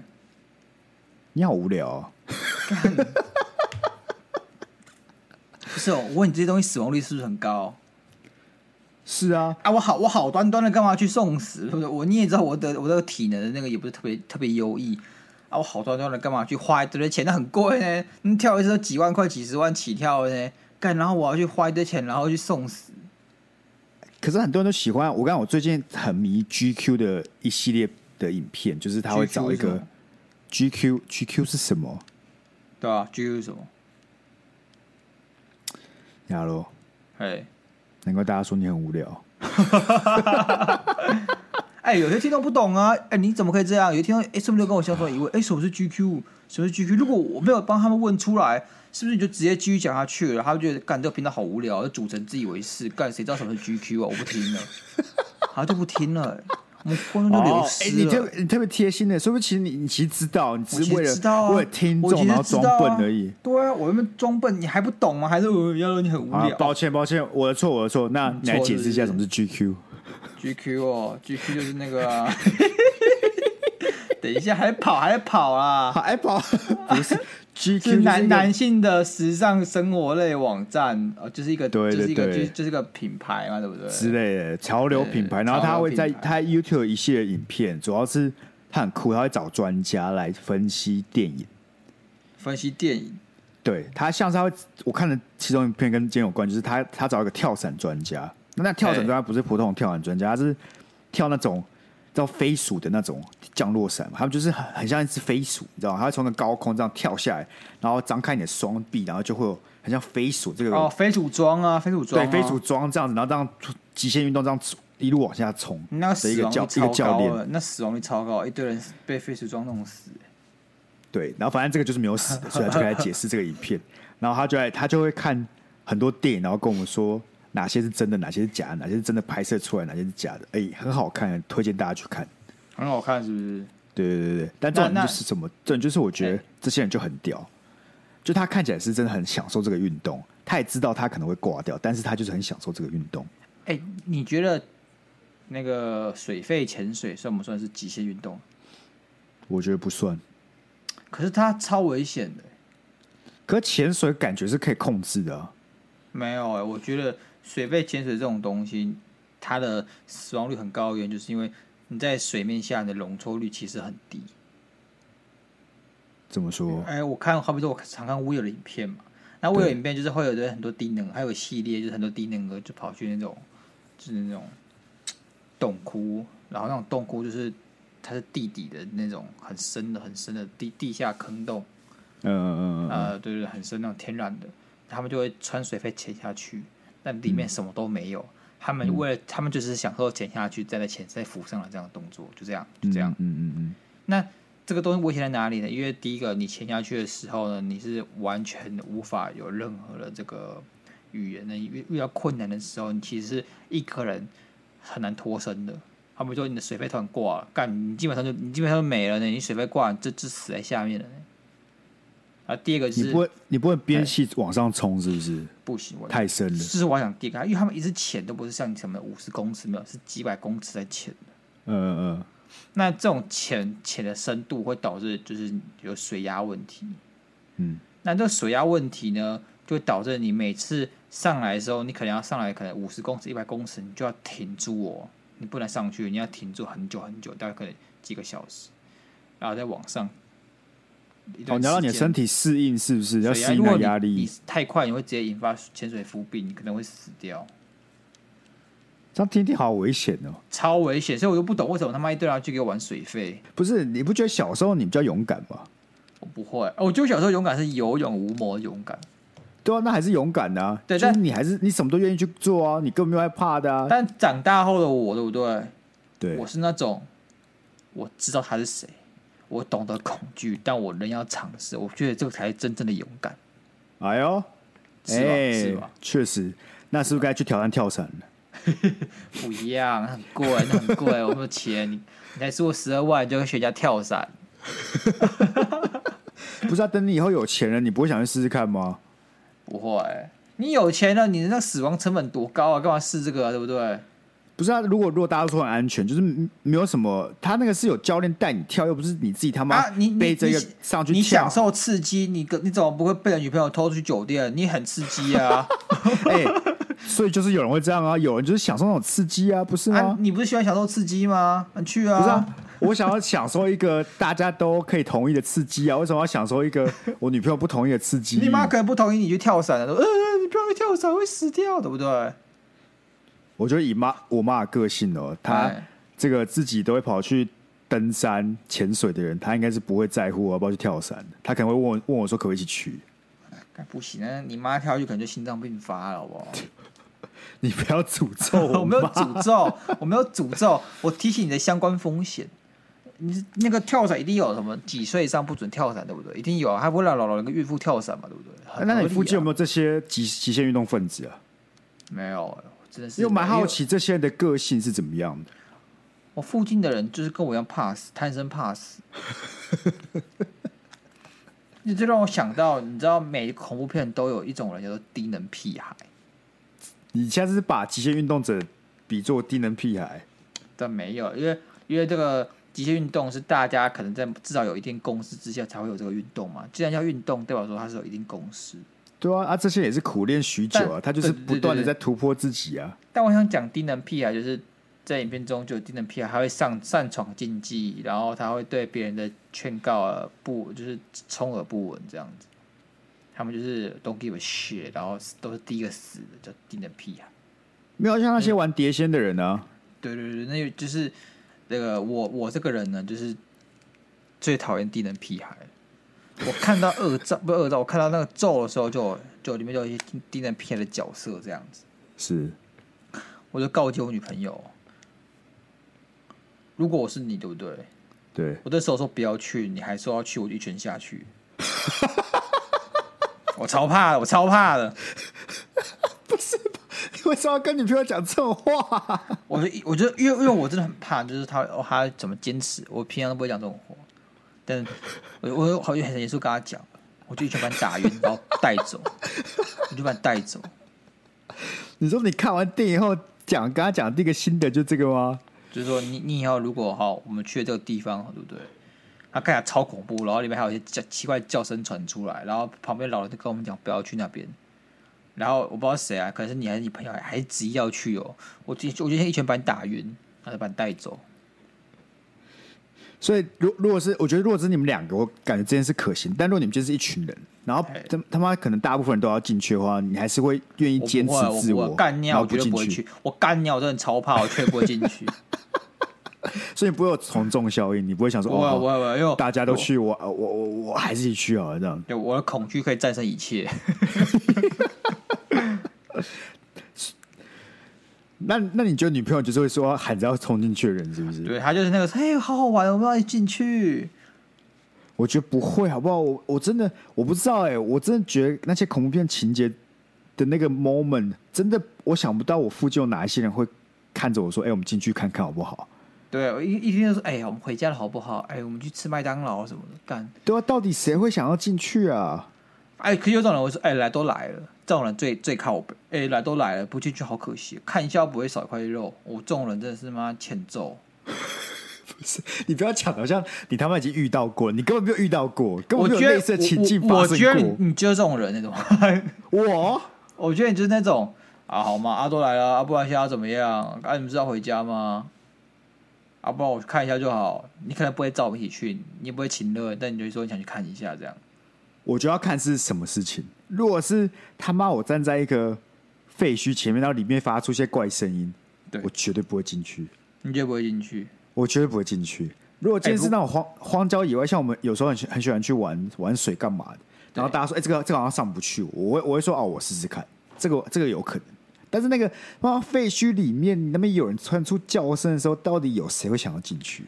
Speaker 2: 你好无聊、哦，
Speaker 1: 不是哦。我问你这些东西死亡率是不是很高哦
Speaker 2: 是啊，
Speaker 1: 啊？我好，我好端端的干嘛去送死？是不是？我你也知道我的我的体能的那个也不是特别特别优异啊。我好端端的干嘛去花一堆钱？那很贵呢，你跳一次都几万块、几十万起跳的呢。干，然后我要去花一堆钱，然后去送死。
Speaker 2: 可是很多人都喜欢。我刚我最近很迷 GQ 的一系列的影片，就是他
Speaker 1: GQ
Speaker 2: 会找一
Speaker 1: 是什
Speaker 2: 个
Speaker 1: 么
Speaker 2: GQ GQ 是什么？
Speaker 1: 对啊，就是什么？
Speaker 2: 亚罗，
Speaker 1: 哎。
Speaker 2: 难怪大家说你很无聊。
Speaker 1: 哎、有些听众不懂啊！哎、你怎么可以这样？有些听众哎、说不定就跟我相同的疑问：哎、什么是 GQ？什么是 GQ？如果我没有帮他们问出来，是不是你就直接继续讲下去了？他们觉得干这个频道好无聊，主持人自以为是，干谁知道什么是 GQ 啊？我不听了，他就不听了、我们观众就流
Speaker 2: 哎、
Speaker 1: 失
Speaker 2: 你
Speaker 1: 了。
Speaker 2: 特别你特别贴心的，说不定其实你你其实知道，你
Speaker 1: 我
Speaker 2: 只
Speaker 1: 其
Speaker 2: 是
Speaker 1: 实
Speaker 2: 为了
Speaker 1: 知道啊，
Speaker 2: 为了听
Speaker 1: 我其
Speaker 2: 众
Speaker 1: 实
Speaker 2: 然后
Speaker 1: 知
Speaker 2: 装
Speaker 1: 道啊
Speaker 2: 笨而已。
Speaker 1: 对啊，我们装笨，你还不懂吗？还是我要说你很无
Speaker 2: 啊，
Speaker 1: 聊？
Speaker 2: 抱歉抱歉，我的错我的错。那你来
Speaker 1: 错
Speaker 2: 解释一下
Speaker 1: 是
Speaker 2: 什
Speaker 1: 不
Speaker 2: 么是 GQ？
Speaker 1: GQ 哦，GQ 就是那个、啊。 等一下，还跑还跑啊！
Speaker 2: 哎，宝不 是 GQ 就是是
Speaker 1: 男
Speaker 2: 一个
Speaker 1: 男性的时尚生活类网站，呃，就是一个，
Speaker 2: 对
Speaker 1: 就是一个，
Speaker 2: 对
Speaker 1: 就
Speaker 2: 对
Speaker 1: 就是一个品牌嘛，对不对？
Speaker 2: 之类的潮流品牌，
Speaker 1: 对
Speaker 2: 然后他会
Speaker 1: 潮
Speaker 2: 在
Speaker 1: 流品牌
Speaker 2: 他 YouTube 有一系列影片，主要是他很酷，他会找专家来分析电影。
Speaker 1: 分析电影，
Speaker 2: 对他像是他会，我看的其中一片跟今天有关，就是他他找一个跳伞专家，那那跳
Speaker 1: 哎
Speaker 2: 伞专家不是普通的跳伞专家，他是跳那种叫飞鼠的那种降落伞嘛，他们就是很很像一只飞鼠，你知道吗？他会从那个高空这样跳下来，然后张开你的双臂，然后就会有很像飞鼠这个、
Speaker 1: 哦，非主装啊，非主装、
Speaker 2: 对
Speaker 1: 啊，
Speaker 2: 飞鼠装这样子，然后这样极限运动这样一路往下冲
Speaker 1: 那个
Speaker 2: 的一
Speaker 1: 死
Speaker 2: 个
Speaker 1: 亡率
Speaker 2: 教一
Speaker 1: 超
Speaker 2: 个
Speaker 1: 高啊
Speaker 2: 教练，
Speaker 1: 了，那死亡率超高，一堆人被废除装弄死、
Speaker 2: 对，然后反正这个就是没有死的，所以他就开始解释这个影 片，然后他就来他就会看很多电影，然后跟我们说哪些是真的，哪些是假的，哪些是真的拍摄出来，哪些是假的，哎、很好看，推荐大家去看。
Speaker 1: 很好看，是不是？
Speaker 2: 对对对对，但这种
Speaker 1: 那那
Speaker 2: 就是什么？这种就是我觉得这些人就很屌，就他看起来是真的很享受这个运动，他也知道他可能会挂掉，但是他就是很享受这个运动。
Speaker 1: 哎、你觉得那个水肺潜水算不算是极限运动？
Speaker 2: 我觉得不算，
Speaker 1: 可是它超危险的、
Speaker 2: 可潜水感觉是可以控制的、啊。
Speaker 1: 没有哎、我觉得水肺潜水这种东西，它的死亡率很高的原因，就是因为你在水面下你的容错率其实很低。
Speaker 2: 怎么说？
Speaker 1: 哎、我看好比说我常看 Will 的影片嘛，那 Will 的影片就是会有的很多低能，还有系列就是很多低能儿就跑去那种就是那种洞窟，然后那种洞窟就是它是地底的那种很深的很深的地地下坑洞，
Speaker 2: 嗯嗯嗯嗯，
Speaker 1: 呃，对对，对很深那种天然的，他们就会穿水肺潜下去，但里
Speaker 2: 嗯
Speaker 1: 面什么都没有。他们为了他们就是享受潜下去，再来潜再浮上来这样的动作，就这样就这样。
Speaker 2: 嗯嗯嗯
Speaker 1: 那这个东西危险在哪里呢？因为第一个，你潜下去的时候呢，你是完全无法有任何的这个语言的，遇遇到困难的时候，你其实是一个人很难脱身的。他们说你的水费突然挂了，干你基本上就你基本上就没了呢，你水费挂了，这就死在下面了呢。啊，第二个
Speaker 2: 你
Speaker 1: 是
Speaker 2: 不会你不会边戏往上冲是不是？
Speaker 1: 不行，我
Speaker 2: 太深
Speaker 1: 这
Speaker 2: 了。
Speaker 1: 是我想第一个，因为他们一直潜都不是像你什么五十公尺没有，是几百公尺在潜。
Speaker 2: 嗯嗯
Speaker 1: 那这种潜潜的深度会导致就是有水压问题。
Speaker 2: 嗯，
Speaker 1: 那这个水压问题呢，就会导致你每次上来的时候，你可能要上来可能五十公尺、一百公尺，你就要停住哦，你不能上去，你要停住很久很久，大概可能几个小时，然后再往上。一
Speaker 2: 哦，
Speaker 1: 段
Speaker 2: 你要让你的
Speaker 1: 时间
Speaker 2: 身体适应，是不是要
Speaker 1: 水压
Speaker 2: 适应
Speaker 1: 如
Speaker 2: 那
Speaker 1: 果
Speaker 2: 个
Speaker 1: 你
Speaker 2: 压
Speaker 1: 你
Speaker 2: 力？
Speaker 1: 太快，你会直接引发潜水浮病，你可能会死掉。
Speaker 2: 这样天天好危险哦！
Speaker 1: 超危险，所以我就不懂为什么他妈一堆人要去给我玩水费。
Speaker 2: 不是，你不觉得小时候你比较勇敢吗？
Speaker 1: 我不会，哦我觉得我小时候勇敢是有勇无谋的勇敢，
Speaker 2: 对啊，那还是勇敢的啊。
Speaker 1: 对
Speaker 2: 就是
Speaker 1: 但
Speaker 2: 你还是你什么都愿意去做啊，你根本没有害怕的啊。
Speaker 1: 但长大后的我，对不对？
Speaker 2: 对
Speaker 1: 我，是那种我知道他是谁，我懂得恐惧，但我仍要尝试。我觉得这个才是真正的勇敢，
Speaker 2: 哎呦，哎
Speaker 1: 是吧？是哦吧？
Speaker 2: 确实，那是不是该去挑战跳伞了？
Speaker 1: 不一样，那很贵，那很贵，我没有钱。你你才说十二万，你就跟学家跳伞，
Speaker 2: 不是啊，等你以后有钱了，你不会想去试试看吗？
Speaker 1: 不会、你有钱了，你那死亡成本多高啊？干嘛试这个、啊，对不对？
Speaker 2: 不是啊，如果如果大家都说很安全，就是没有什么，他那个是有教练带你跳，又不是你自己他妈
Speaker 1: 啊，你你
Speaker 2: 背着一个
Speaker 1: 你
Speaker 2: 上去
Speaker 1: 你
Speaker 2: 跳
Speaker 1: 享。受刺激，你跟你怎么不会被你女朋友偷去酒店？你很刺激啊！
Speaker 2: 哎、所以就是有人会这样啊，有人就是享受那种刺激啊，不是吗？
Speaker 1: 啊，你不是喜欢享受刺激吗？你去啊！
Speaker 2: 不是啊，我想要享受一个大家都可以同意的刺激啊，为什么要享受 一个我女朋友不同意的刺激？
Speaker 1: 你妈可能不同意你去跳伞的，说呃，你不要去跳伞会死掉，对不对？
Speaker 2: 我觉得以妈我妈的个性哦，她
Speaker 1: 哎
Speaker 2: 这个自己都会跑去登山、潜水的人，她应该是不会在乎我要不要去跳伞的，她可能会问我问我说可不可以一起去。
Speaker 1: 干不行啊，你妈跳下去可能就心脏病发了，好不好？
Speaker 2: 你不要诅 咒 我，
Speaker 1: 我没有诅咒，我没有诅咒，我提醒你的相关风险。你那个跳伞一定有什么几岁以上不准跳伞，对不对？一定有啊，还不会让老人跟孕妇跳伞嘛，对不对？很
Speaker 2: 那
Speaker 1: 合
Speaker 2: 你
Speaker 1: 理啊
Speaker 2: 附近有没有这些极极限运动分子啊？
Speaker 1: 没有？我真的是
Speaker 2: 因为我蛮
Speaker 1: 没
Speaker 2: 好
Speaker 1: 有
Speaker 2: 奇这些人的个性是怎么样的。
Speaker 1: 我附近的人就是跟我一样怕死，贪生怕死。你这让我想到，你知道每个恐怖片都有一种人叫做低能屁孩，
Speaker 2: 你现在是把极限运动者比比做低能屁孩。
Speaker 1: 但没有，因为因为这个极限运动是大家可能在至少有一定共识之下才会有这个运动嘛。既然叫运动，代表说它是有一定共识。
Speaker 2: 对啊，啊，这些也是苦练许久啊，
Speaker 1: 但
Speaker 2: 他就是
Speaker 1: 对对对
Speaker 2: 不断的
Speaker 1: 对
Speaker 2: 在突破自己啊。
Speaker 1: 但我想讲低能屁孩，啊就是在影片中就有低能屁啊孩，他会上擅闯禁忌，然后他会对别人的劝告而不就是充耳不闻这样子。他们就是 don't give a shit，然后都是第一个死的，叫低能屁啊孩。
Speaker 2: 没有像那些玩碟仙的人啊，
Speaker 1: 对对对，那就是那个我我这个人呢，就是最讨厌低能屁孩。我看到恶兆不是恶兆，我看到那个咒的时候就，就里面就有一些低低能屁孩的角色这样子，
Speaker 2: 是
Speaker 1: 我就告诫我女朋友，如果我是你，对不对？
Speaker 2: 对，
Speaker 1: 我那时候说不要去，你还说要去，我就一拳下去。我超怕的，我超怕的，
Speaker 2: 你为什么要跟女朋友讲这种话啊、
Speaker 1: 我就我就因为因为我真的很怕，就是他哦他怎么坚持，我平常都不会讲这种话，但我我好像很严肃跟他讲，我就一拳把你打晕，然后带走，我就把你带走。
Speaker 2: 你说你看完电影后讲，跟他讲第一个心得就这个吗？
Speaker 1: 就是说你你以后如果哈，我们去的这个地方对不对？它看起来超恐怖，然后里面还有一些叫奇怪的叫声传出来，然后旁边老人就跟我们讲不要去那边。然后我不知道谁啊，可能是你还是你朋友，还执意要去哦。我直我就先一拳把你打晕，然后再把你带走。
Speaker 2: 所以，如如果是我觉得，如果是你们两个，我感觉这件事可行。但如果你们就是一群人，然后
Speaker 1: 哎
Speaker 2: 他他妈可能大部分人都要进去的话，你还是会愿意
Speaker 1: 我
Speaker 2: 坚
Speaker 1: 不
Speaker 2: 持
Speaker 1: 会，啊我
Speaker 2: 自
Speaker 1: 不会干
Speaker 2: 然
Speaker 1: 尿，
Speaker 2: 后
Speaker 1: 我绝对
Speaker 2: 进
Speaker 1: 不会去。我干尿，我真的超怕，我绝对不会进 去。
Speaker 2: 所以你不会有从众效应，你不会想说
Speaker 1: 不会，
Speaker 2: 哦，
Speaker 1: 不会，不会，因为我
Speaker 2: 大家都，去，我呃我我我还是一起去啊，这样。
Speaker 1: 对我的恐惧可以战胜一切。
Speaker 2: 那那你觉得女朋友就是会说啊喊着要冲进去的人，是不是？
Speaker 1: 对他就是那个，嘿，好好玩，我们要一起进去。
Speaker 2: 我觉得不会，好不好？我我真的我不知道哎、我真的觉得那些恐怖片情节的那个 moment，真的我想不到我附近有哪一些人会看着我说，哎、我们进去看看好不好？
Speaker 1: 对，我一一定就说，哎、呀，我们回家了好不好？哎、我们去吃麦当劳什么的，干。
Speaker 2: 对啊，到底谁会想要进去啊？
Speaker 1: 哎、可是有种人会说，哎、来都来了，这种人最最靠北。哎、来都来了，不进去好可惜，看一下不会少一块肉。我、这种人真的是妈欠揍。
Speaker 2: 你不要讲，好像你他妈已经遇到过，你根本没有遇到过，根
Speaker 1: 我
Speaker 2: 本没
Speaker 1: 觉
Speaker 2: 有
Speaker 1: 得
Speaker 2: 类似的情境
Speaker 1: 我我
Speaker 2: 发
Speaker 1: 我觉得
Speaker 2: 生
Speaker 1: 你你就是这种人那种。
Speaker 2: 过。我
Speaker 1: 我觉得你就是那种啊，好嘛，阿、都来了，啊，不然现在要怎么样？啊，你们是要回家吗？啊，不然我去看一下就好。你可能不会找我们一起去，你也不会请乐，但你就会说你想去看一下这样。
Speaker 2: 我就要看是什么事情。如果是他妈我站在一个废墟前面，然后里面发出一些怪声音，
Speaker 1: 对
Speaker 2: 我绝对不会进去，
Speaker 1: 你就不会进去。
Speaker 2: 我绝对不会进去。如果今天是那种荒、荒郊野外，像我们有时候很喜很喜欢去玩玩水干嘛的，然后大家说，哎、这个这个好像上不去，我会我会说，哦，我试试看，这个这个有可能。但是那个妈废墟里面，那边有人传出叫声的时候，到底有谁会想要进去？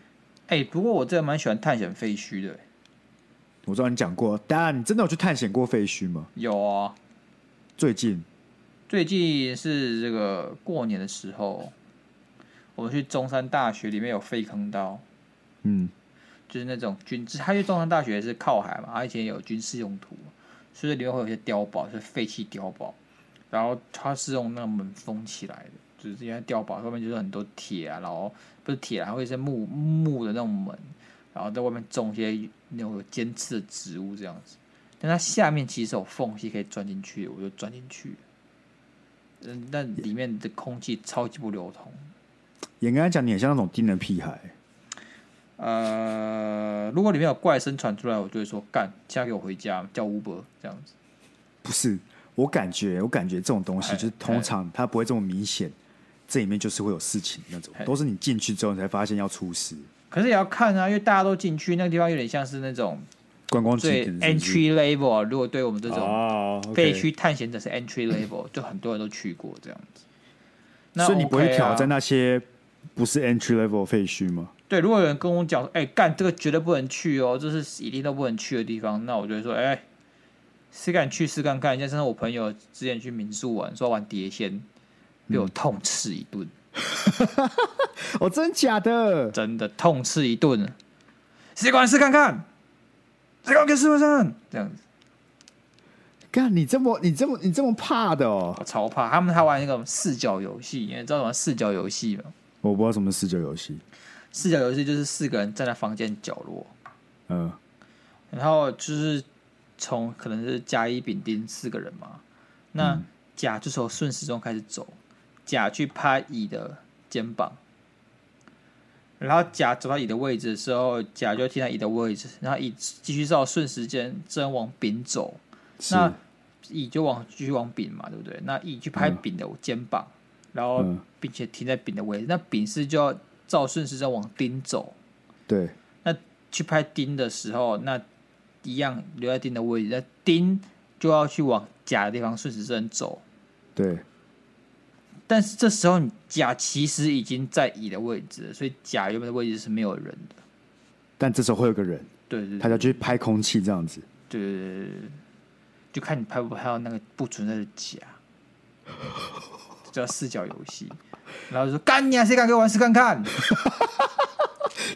Speaker 1: 哎、不过我真的蛮喜欢探险废墟的、
Speaker 2: 我知道你讲过，当然你真的有去探险过废墟吗？
Speaker 1: 有啊，
Speaker 2: 最近
Speaker 1: 最近是这个过年的时候，我们去中山大学里面有废坑道，
Speaker 2: 嗯，
Speaker 1: 就是那种军，它因为中山大学是靠海嘛，它以前有军事用途，所以里面会有一些碉堡，是废弃碉堡，然后它是用那个门封起来的，就是因为碉堡上面就是很多铁啊，然后不是铁啊，还会是木木的那种门，然后在外面种一些那种有尖刺的植物这样子，但它下面其实有缝隙可以钻进去，我就钻进去了。嗯，但里面的空气超级不流通。
Speaker 2: 严格来讲，你很像那种低能屁孩。
Speaker 1: 呃，如果里面有怪声传出来，我就会说干，现在给我回家，叫 Uber 这样子。
Speaker 2: 不是，我感觉，我感觉这种东西
Speaker 1: 哎
Speaker 2: 就是通常它不会这么明显，这里面就是会有事情那种
Speaker 1: 哎，
Speaker 2: 都是你进去之后你才发现要出事。
Speaker 1: 可是也要看啊，因为大家都进去，那个地方有点像是那种
Speaker 2: 观光景
Speaker 1: 最
Speaker 2: 点是不是
Speaker 1: entry level 啊。如果对我们这种
Speaker 2: 哦，
Speaker 1: 废墟探险者是 entry level，就很多人都去过这样子。那
Speaker 2: OK 所以你不会
Speaker 1: OK
Speaker 2: 去
Speaker 1: 啊
Speaker 2: 挑战那些不是 entry level 废墟吗？
Speaker 1: 对，如果有人跟我讲说，哎、干这个绝对不能去哦，这是一定都不能去的地方，那我就会说，哎、谁敢去试看看？像是我朋友之前去民宿玩，说玩碟仙，被
Speaker 2: 嗯
Speaker 1: 我痛斥一顿，
Speaker 2: 哦，真假的？
Speaker 1: 真的痛斥一顿。谁敢试看看？谁敢给试试看？这样子，
Speaker 2: 干你这么你这么你这么怕的哦？
Speaker 1: 我超怕他们还玩那个视角游戏，你知道什么视角游戏吗？
Speaker 2: 我不知道什么视角游戏，
Speaker 1: 视角游戏就是四个人站在房间角落，
Speaker 2: 嗯
Speaker 1: 然后就是从可能是甲乙丙丁四个人嘛，那甲就从顺时钟开始走，甲去拍乙的肩膀，然后甲走到乙的位置的时候，甲就停在乙的位置，然后乙继续照顺时针针往丙走，
Speaker 2: 是
Speaker 1: 那乙就往继续往丙嘛，对不对？那乙去拍丙的肩膀，然后
Speaker 2: 嗯
Speaker 1: 并且停在丙的位置，那丙是就要照顺时针往丁走，
Speaker 2: 对，
Speaker 1: 去拍丁的时候，那一样留在丁的位置，那丁就要去往甲的地方顺时针走。
Speaker 2: 对，
Speaker 1: 但是这时候你甲其实已经在乙的位置了，所以甲原本的位置是没有人的。
Speaker 2: 但这时候会有个人，
Speaker 1: 对对
Speaker 2: 他
Speaker 1: 对
Speaker 2: 就去拍空气这样子。
Speaker 1: 对对对，就看你拍不拍到那个不存在的甲，这叫视角游戏。然后就说干你啊，谁敢给我玩试看看？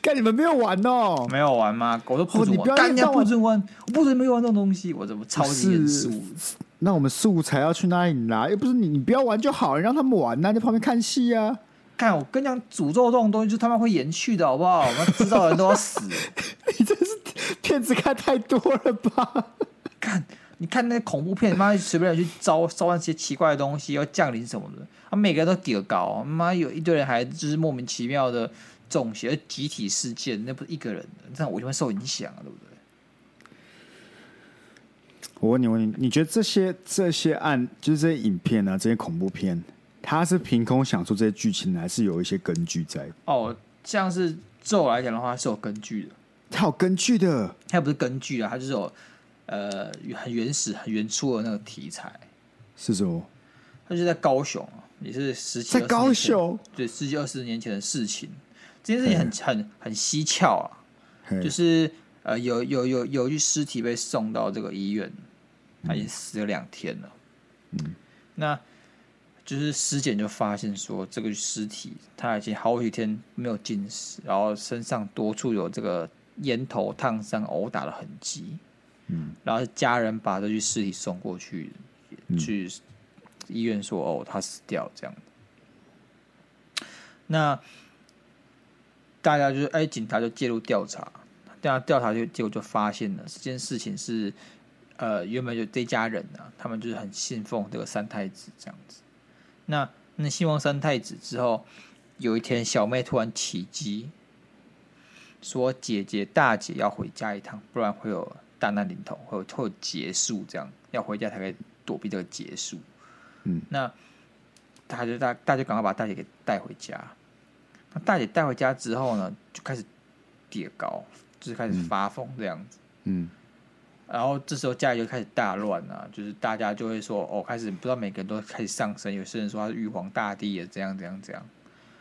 Speaker 2: 干你们没有玩哦？
Speaker 1: 没有玩吗？我都不准
Speaker 2: 哦你不
Speaker 1: 玩，
Speaker 2: 要
Speaker 1: 干你啊
Speaker 2: 到我
Speaker 1: 不准玩，我不准没有玩这种东西，我怎么超级严肃？
Speaker 2: 那我们素材要去哪里拿？又不是你，你不要玩就好，你让他们玩呐、在旁边看戏啊。
Speaker 1: 看，我跟你讲，诅咒这种东西就他妈会延续的，好不好？我们知道的人都要死。
Speaker 2: 你真是骗子看太多了吧？
Speaker 1: 看，你看那些恐怖片，你妈随便去招招那些奇怪的东西，要降临什么的，啊，每个人都底高，妈有一堆人还就是莫名其妙的中邪，集体事件，那不是一个人的，这样我就会受影响啊，对不对？
Speaker 2: 我问你，我问你，你觉得这些这些案，就是这些影片啊，这些恐怖片，它是凭空想出这些剧情，还是有一些根据在？
Speaker 1: 哦，像是咒来讲的话是有根据的，
Speaker 2: 它有根据的，
Speaker 1: 它也不是根据啊，它就是有呃很原始、很原初的那个题材，
Speaker 2: 是什么？
Speaker 1: 它就在高雄啊，也是十七
Speaker 2: 在高雄，嗯
Speaker 1: 对，十几二十年前的事情，这件事情很很很蹊跷啊，
Speaker 2: 嘿
Speaker 1: 就是呃，有有有有一具尸体被送到这个医院，他已经死了两天了，那就是尸检就发现说，这个尸体他已经好几天没有进食，然后身上多处有这个烟头烫伤、殴打的痕迹，嗯，然后家人把这具尸体送过去，去医院说哦，他死掉了这样。那大家就是哎，警察就介入调查，大家调查就结果就发现了这件事情是，呃，原本就这家人啊，他们就是很信奉这个三太子这样子。那那信奉三太子之后，有一天小妹突然起机，说姐姐大姐要回家一趟，不然会有大难临头，会有会有结束这样，要回家才可以躲避这个结束。
Speaker 2: 嗯，
Speaker 1: 那他就大大家赶快把大姐给带回家。那大姐带回家之后呢，就开始跌高，就是开始发疯这样子。
Speaker 2: 嗯，
Speaker 1: 然后这时候家里就开始大乱了、就是大家就会说，哦，开始不知道每个人都开始上升，有些人说他是玉皇大帝也怎样怎样怎样，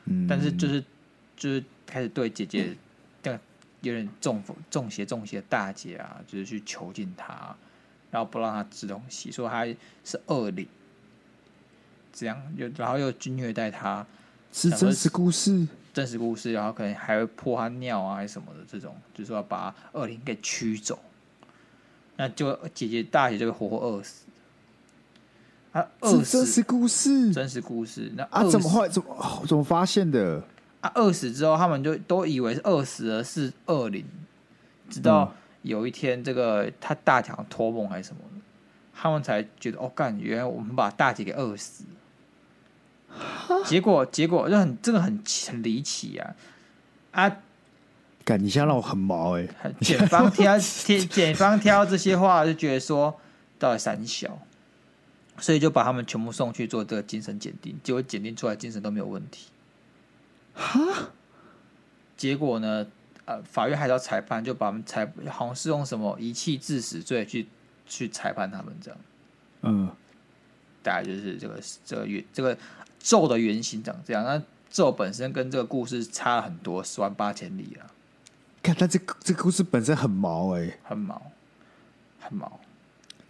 Speaker 2: 嗯
Speaker 1: 但是就是就是开始对姐姐，但有点中风中邪中邪的大姐啊，就是去囚禁她，啊然后不让她吃东西，说她是恶灵，这样又然后又去虐待她，
Speaker 2: 是真实故事，
Speaker 1: 真实故事，然后可能还会泼他尿啊，还是什么的这种，就是说要把恶灵给驱走。那就姐姐大姐就被活活饿死，啊，饿
Speaker 2: 是真实
Speaker 1: 死
Speaker 2: 故事
Speaker 1: 真实故事。那
Speaker 2: 啊？
Speaker 1: 饿
Speaker 2: 怎么
Speaker 1: 死
Speaker 2: 会怎么、哦怎么发现的？
Speaker 1: 啊，饿死之后，他们就都以为是饿死了，是恶灵。直
Speaker 2: 嗯
Speaker 1: 到有一天，这个他大强托梦还是什么的，他们才觉得哦，干，原来我们把大姐给饿死了。结果，结果就很这个很奇很离奇啊！啊，
Speaker 2: 干，你现在让我很毛哎、
Speaker 1: 检方挑 检检方挑这些话，就觉得说到底三小，所以就把他们全部送去做这个精神鉴定，结果鉴定出来精神都没有问题。哈？结果呢？呃，法院还是要裁判，就把他们裁，好像是用什么遗弃致死罪去去裁判他们这样。
Speaker 2: 嗯，
Speaker 1: 大概就是这个这个原这个咒的原型长这样。那咒本身跟这个故事差了很多，十万八千里啊。
Speaker 2: 看，但这个这个故事本身很毛哎、
Speaker 1: 很毛，很毛。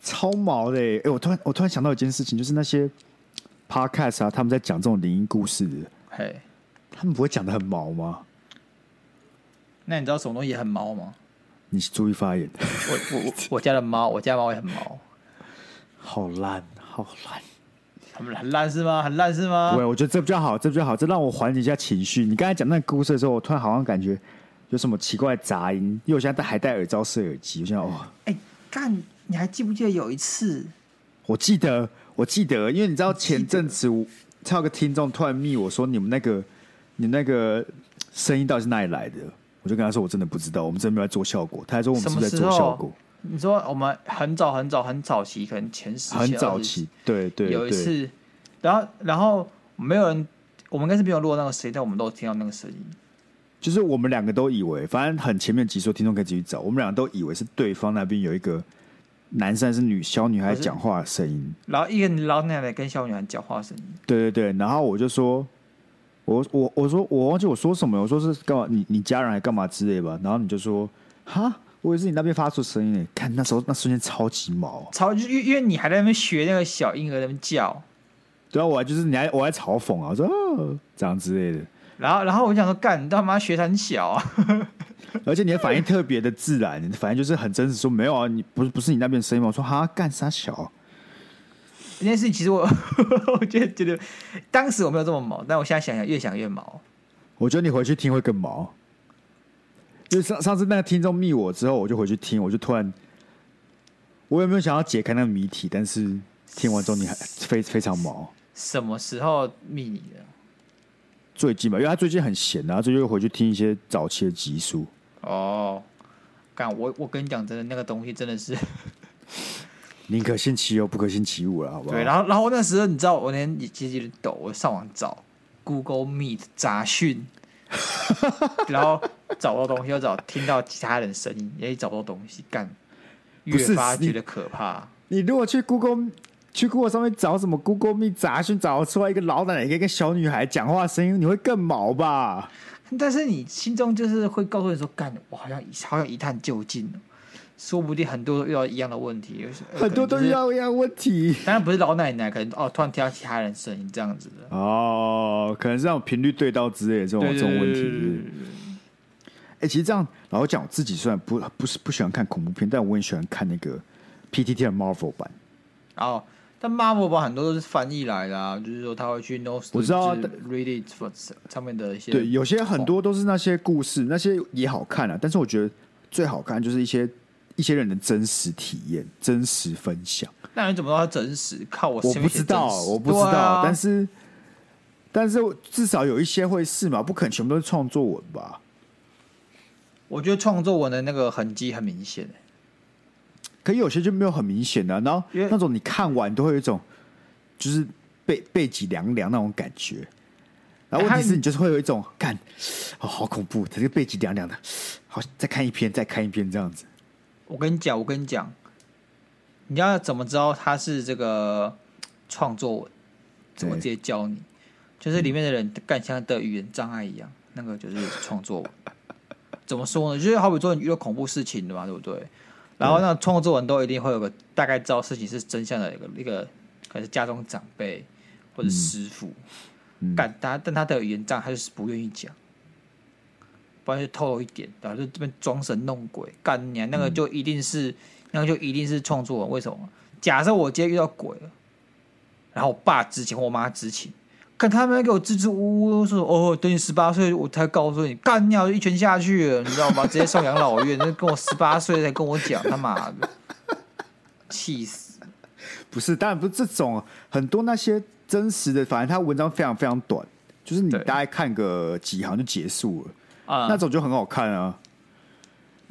Speaker 2: 超毛的欸、哎、我突然我突然想到一件事情，就是那些 podcast 啊，他们在讲这种灵异故事的，
Speaker 1: 嘿，
Speaker 2: 他们不会讲的很毛吗？
Speaker 1: 那你知道什么东西也很 毛吗？
Speaker 2: 你注意发言，
Speaker 1: 我我我我家的猫，我家的猫也很毛。
Speaker 2: 好烂，好烂。
Speaker 1: 他们很烂是吗？很烂是吗
Speaker 2: 不？会，我觉得这比较好，这比较好，这让我缓解一下情绪。你刚才讲那个故事的时候，我突然好像感觉有什么奇怪的杂音，因为我现在戴还戴耳罩式耳机，我想哦，
Speaker 1: 哎、干，你还记不记得有一次？
Speaker 2: 我记得，我记得，因为你知道前阵子我，他有个听众突然密我说你们那个你们那个声音到底是哪里来的？我就跟他说我真的不知道，我们真的没有在做效果。他还说我们
Speaker 1: 什
Speaker 2: 是
Speaker 1: 么
Speaker 2: 不是在
Speaker 1: 时
Speaker 2: 做效果
Speaker 1: 候？？你说我们很早很早很早期，可能前十
Speaker 2: 很
Speaker 1: 期
Speaker 2: 早
Speaker 1: 20
Speaker 2: 期，对对
Speaker 1: 有一
Speaker 2: 对，
Speaker 1: 次，然后然后没有人，我们应该是没有录到那个声音，但我们都有听到那个声音。
Speaker 2: 就是我们两个都以为，反正很前面几说听众可以继续找，我们两个都以为是对方那边有一个男生还是女小女孩
Speaker 1: 可是
Speaker 2: 讲话的声音。
Speaker 1: 然后一个老奶奶跟小女孩讲话的声音，
Speaker 2: 对对对，然后我就说，我我我说我忘记我说什么了，我说是干嘛？你你家人还干嘛之类吧？然后你就说，哈，我以为是你那边发出声音诶，看那时候那瞬间超级毛，
Speaker 1: 超就因为因为你还在那边学那个小婴儿在那边叫，
Speaker 2: 对啊，我还就是你还我还嘲讽啊，我说、啊、这样之类的，
Speaker 1: 然后然后我就想说，干你他妈学得很小啊！
Speaker 2: 而且你的反应特别的自然，反正就是很真实说没有啊，你不是不是你那边声音吗？我说哈，干啥小？啊
Speaker 1: 这件事情其实我 我觉得觉得当时我没有这么毛，但我现在想想越想越毛。
Speaker 2: 我觉得你回去听会更毛，因为上上次那个听众密我之后，我就回去听，我就突然，我有没有想要解开那个谜题？但是听完之后你还非非常毛，
Speaker 1: 什么时候密你的？
Speaker 2: 最近吧，因为他最近很闲啊，他最近又回去听一些早期的集数。
Speaker 1: 哦，干我我跟你讲真的，那个东西真的是
Speaker 2: 宁可信其有，不可信其无了，好不好？
Speaker 1: 对。然后然后那时候你知道，我那天也其实有点抖，我上网找 Google Meet 杂 讯，然后找不到东西，又找听到其他人声音，也找不到东西，干越
Speaker 2: 不是
Speaker 1: 发
Speaker 2: 你
Speaker 1: 觉得可怕。
Speaker 2: 你如果去 Google 去 Google 上面找什么 Google Me 杂讯，找出来一个老奶奶跟一个小女孩讲话的声音，你会更毛吧？
Speaker 1: 但是你心中就是会告诉你说，干，我好像好像一探究竟哦，说不定很多都遇到一样的问题，就是呃
Speaker 2: 很多
Speaker 1: 可
Speaker 2: 都
Speaker 1: 能就是
Speaker 2: 遇到一样问题。
Speaker 1: 当然不是老奶奶，可能哦，突然听到其他人声音这样子的，
Speaker 2: 哦，可能是那种频率对到之类的这种
Speaker 1: 对
Speaker 2: 这种问题。
Speaker 1: 对
Speaker 2: 是
Speaker 1: 对
Speaker 2: 不
Speaker 1: 对
Speaker 2: 是
Speaker 1: 对对
Speaker 2: 哎、其实这样老实讲，我自己虽然不不是不喜欢看恐怖片，但我很喜欢看那个 PTT 的 Marvel 版。
Speaker 1: 然后，哦但 Marvel 吧很多都是翻译来的、啊，就是说他会去 No，
Speaker 2: 我知道啊
Speaker 1: Reddit 上面的一些
Speaker 2: 对，有些很多都是那些故事，那些也好看啊。但是我觉得最好看就是一些一些人的真实体验、真实分享。
Speaker 1: 那你怎么知道它真实？靠我
Speaker 2: 我
Speaker 1: 身
Speaker 2: 不
Speaker 1: 哦边写
Speaker 2: 知
Speaker 1: 真
Speaker 2: 道，
Speaker 1: 实
Speaker 2: 我不知道，
Speaker 1: 对啊、
Speaker 2: 但是但是我至少有一些会是嘛，不可能全部都是创作文吧？
Speaker 1: 我觉得创作文的那个痕迹很明显、
Speaker 2: 可有些就没有很明显的、啊然后
Speaker 1: 因为
Speaker 2: 那种你看完都会有一种就是背背脊凉凉那种感觉。然后问题
Speaker 1: 哎
Speaker 2: 是你就是会有一种看，哦，好恐怖，它这个背脊凉凉的，好，再看一篇，再看一篇这样子。
Speaker 1: 我跟你讲，我跟你讲，你要怎么知道它是这个创作文？怎么直接
Speaker 2: 对
Speaker 1: 教你？就是里面的人干像的语言障碍一样，那个就是创作文。 怎么说呢？就是好比说你遇到恐怖事情的嘛，对不对？然后那个创作文都一定会有个大概知道事情是真相的一个一个，可能是家中长辈或者师傅，
Speaker 2: 嗯
Speaker 1: 干他但他的语言障碍他就是不愿意讲，不然就透露一点，然后就这边装神弄鬼，干你、啊、那
Speaker 2: 嗯
Speaker 1: 个就一定是、那个就一定是创作文，为什么？假设我今天遇到鬼了，然后我爸知情或我妈知情，看他们给我支支吾吾说哦，等你十八岁我才告诉你，干掉一拳下去了，你知道吗？直接送养老院，那跟我十八岁才跟我讲，他妈的，气死！
Speaker 2: 不是，当然不是这种，很多那些真实的，反正他文章非常非常短，就是你
Speaker 1: 对
Speaker 2: 大概看个几行就结束了，
Speaker 1: 啊、
Speaker 2: 那种就很好看啊。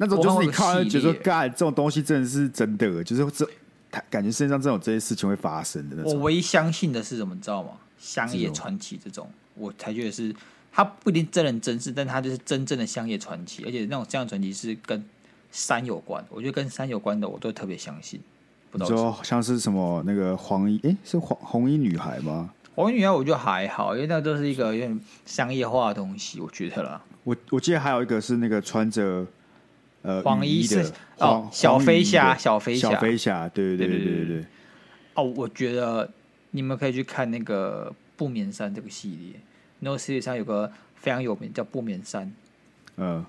Speaker 2: 那种就是你看完就觉得
Speaker 1: 我看过系列
Speaker 2: 说，干这种东西真的是真的，就是这，他感觉世界上真的有这些事情会发生的那
Speaker 1: 我
Speaker 2: 种。
Speaker 1: 唯一相信的是什么，你知道吗？乡野传奇这种，我才觉得是它不一定真人真事，但它就是真正的乡野传奇，而且那种乡野传奇是跟山有关，我觉得跟山有关的我都特别相信。不知
Speaker 2: 你
Speaker 1: 道为什么
Speaker 2: 说像是什么那个黄衣，诶，是黄红衣女孩吗？
Speaker 1: 黄女儿我觉得还好，因为那都是一个有点商业化的东西，我觉得啦。
Speaker 2: 我我记得还有一个是那个穿着呃
Speaker 1: 黄衣
Speaker 2: 雨的
Speaker 1: 是
Speaker 2: 黄
Speaker 1: 哦小
Speaker 2: 黄雨
Speaker 1: 飞
Speaker 2: 衣的
Speaker 1: 侠小飞侠
Speaker 2: 小飞侠，对对
Speaker 1: 对
Speaker 2: 对
Speaker 1: 对
Speaker 2: 对对
Speaker 1: 对
Speaker 2: 对。
Speaker 1: 哦，我觉得你们可以去看那个《不眠山》这个系列，No s e r 上有个非常有名叫《不眠山》，
Speaker 2: 嗯，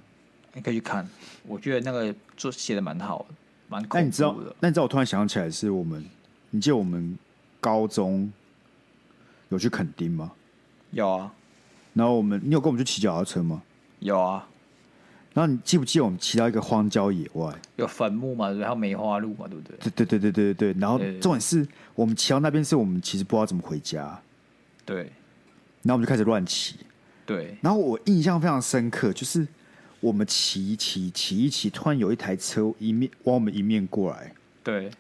Speaker 1: 你可以去看。我觉得那个做写的蛮好的，蛮
Speaker 2: 那
Speaker 1: 恐
Speaker 2: 你知道
Speaker 1: 怖的。，
Speaker 2: 那你知道我突然想起来，是我们你记得我们高中有去垦丁吗？
Speaker 1: 有啊，
Speaker 2: 然后我们，你有跟我们去骑脚踏车吗？
Speaker 1: 有啊，
Speaker 2: 然后你记不记得我们骑到一个荒郊野外？
Speaker 1: 有坟墓嘛，对不对？还有梅花鹿嘛，对不对？
Speaker 2: 对对对对对对对。然后
Speaker 1: 对对对
Speaker 2: 重点是我们骑到那边，是我们其实不知道怎么回家，
Speaker 1: 对
Speaker 2: 然后我们就开始乱骑。
Speaker 1: 对，
Speaker 2: 然后我印象非常深刻，就是我们骑骑骑一骑，突然有一台车一面往我们迎面过来，
Speaker 1: 对，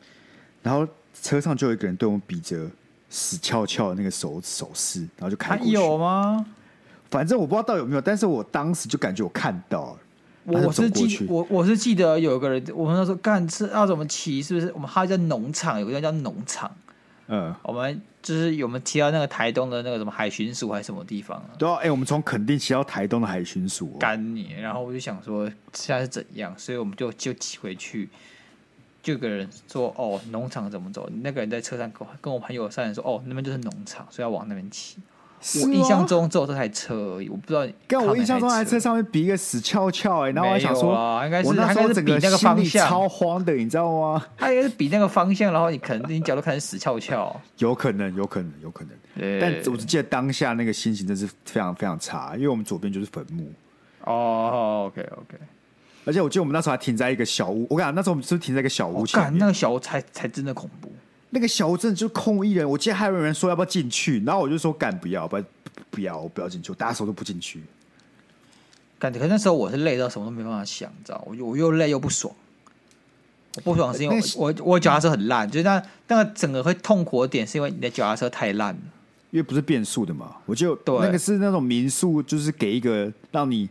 Speaker 2: 然后车上就有一个人对我们比着死翘翘的那个手手势，然后就开
Speaker 1: 还
Speaker 2: 过去。
Speaker 1: 有吗？
Speaker 2: 反正我不知道到底有没有，但是我当时就感觉我看到了，
Speaker 1: 我
Speaker 2: 他
Speaker 1: 我
Speaker 2: 就走
Speaker 1: 是
Speaker 2: 过
Speaker 1: 记
Speaker 2: 去
Speaker 1: 我我是记得有个人，我们那时候干是要怎么骑，是不是？我们还在农场，有个地方叫农场，
Speaker 2: 嗯，
Speaker 1: 我们就是我们骑到那个台东的那个什么海巡署还是什么地方啊？
Speaker 2: 对啊，哎、我们从垦丁骑到台东的海巡署、哦，
Speaker 1: 干你！然后我就想说现在是怎样，所以我们就就骑回去。就有个人说：“哦，农场怎么走？”那个人在车上跟我跟我朋友善地说：“哦，那边就是农场，所以要往那边骑。”
Speaker 2: 是
Speaker 1: 我
Speaker 2: 吗
Speaker 1: 印象，中只有这台车而已，我不知道。
Speaker 2: 干我印象中
Speaker 1: 还
Speaker 2: 还在上面比一个死翘翘，哎，然后我还想说，
Speaker 1: 啊，应该是
Speaker 2: 我那
Speaker 1: 他
Speaker 2: 时
Speaker 1: 应该
Speaker 2: 候
Speaker 1: 是
Speaker 2: 整
Speaker 1: 比那个
Speaker 2: 心
Speaker 1: 方
Speaker 2: 里
Speaker 1: 向，
Speaker 2: 超慌的，你知道吗？
Speaker 1: 他应该是比那个方向，然后你可能你脚都开始死翘翘。
Speaker 2: 有可能，有可能，有可能。
Speaker 1: 对
Speaker 2: 但我只记得当下那个心情真是非常非常差，因为我们左边就是坟墓，
Speaker 1: 哦，OK OK，
Speaker 2: 而且我记得我们那时候还停在一个小屋。我跟你讲，那时候我们是不是停在一个小
Speaker 1: 我
Speaker 2: 屋前
Speaker 1: 哦干那
Speaker 2: 面？
Speaker 1: 个小屋才才真的恐怖。
Speaker 2: 那个小屋真的就是空无一人。我记得还有人说要不要进去，然后我就说干不要，不要不不要，我不要进去，我打手都不进去。
Speaker 1: 感觉可是那时候我是累到什么都没办法想，你知道，我就我又累又不爽。我不爽是因为
Speaker 2: 那是
Speaker 1: 我我我脚踏车很烂，就是那那个整个会痛苦的点是因为你的脚踏车太烂了。
Speaker 2: 因为不是变速的嘛，我就
Speaker 1: 对
Speaker 2: 那个是那种民宿，就是给一个让你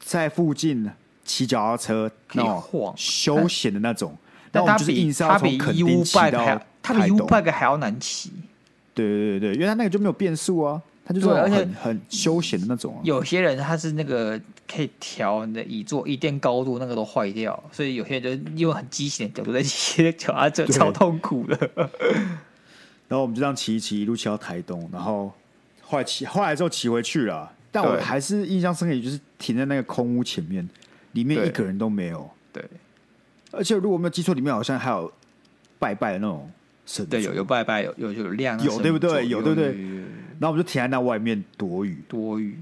Speaker 2: 在附近骑脚踏车
Speaker 1: 可以
Speaker 2: 那种
Speaker 1: 晃
Speaker 2: 休闲的那种。但
Speaker 1: 但
Speaker 2: 我们
Speaker 1: 它
Speaker 2: 就是
Speaker 1: 比
Speaker 2: 硬是要
Speaker 1: 它
Speaker 2: 从
Speaker 1: 比
Speaker 2: 垦
Speaker 1: 一
Speaker 2: 丁
Speaker 1: 五
Speaker 2: 骑
Speaker 1: 拜还
Speaker 2: 到
Speaker 1: 要它比一五
Speaker 2: 台东
Speaker 1: 拜还要难骑。
Speaker 2: 对对对对，因为它那个就没有变速啊，它就是那
Speaker 1: 对
Speaker 2: 种
Speaker 1: 而且
Speaker 2: 很很休闲的那种啊。
Speaker 1: 有些人他是那个可以调你的椅座椅垫高度，那个都坏掉，所以有些人就是因为很畸形的角度在骑 脚踏车，
Speaker 2: 对
Speaker 1: 超痛苦的。
Speaker 2: 然后我们就这样骑一骑，一路骑到台东，然后后来骑后来之后骑回去了，但我
Speaker 1: 对
Speaker 2: 还是印象深刻，也就是停在那个空屋前面，里面
Speaker 1: 对
Speaker 2: 一个人都没有，
Speaker 1: 对
Speaker 2: 而且如果没有记错，里面好像还有拜拜的那种神
Speaker 1: 对，
Speaker 2: 主
Speaker 1: 有有拜拜，有有有亮啊，
Speaker 2: 有对不对
Speaker 1: 神主
Speaker 2: 有对不对？
Speaker 1: 有有有
Speaker 2: 然后我们就停在那外面躲雨，
Speaker 1: 多余，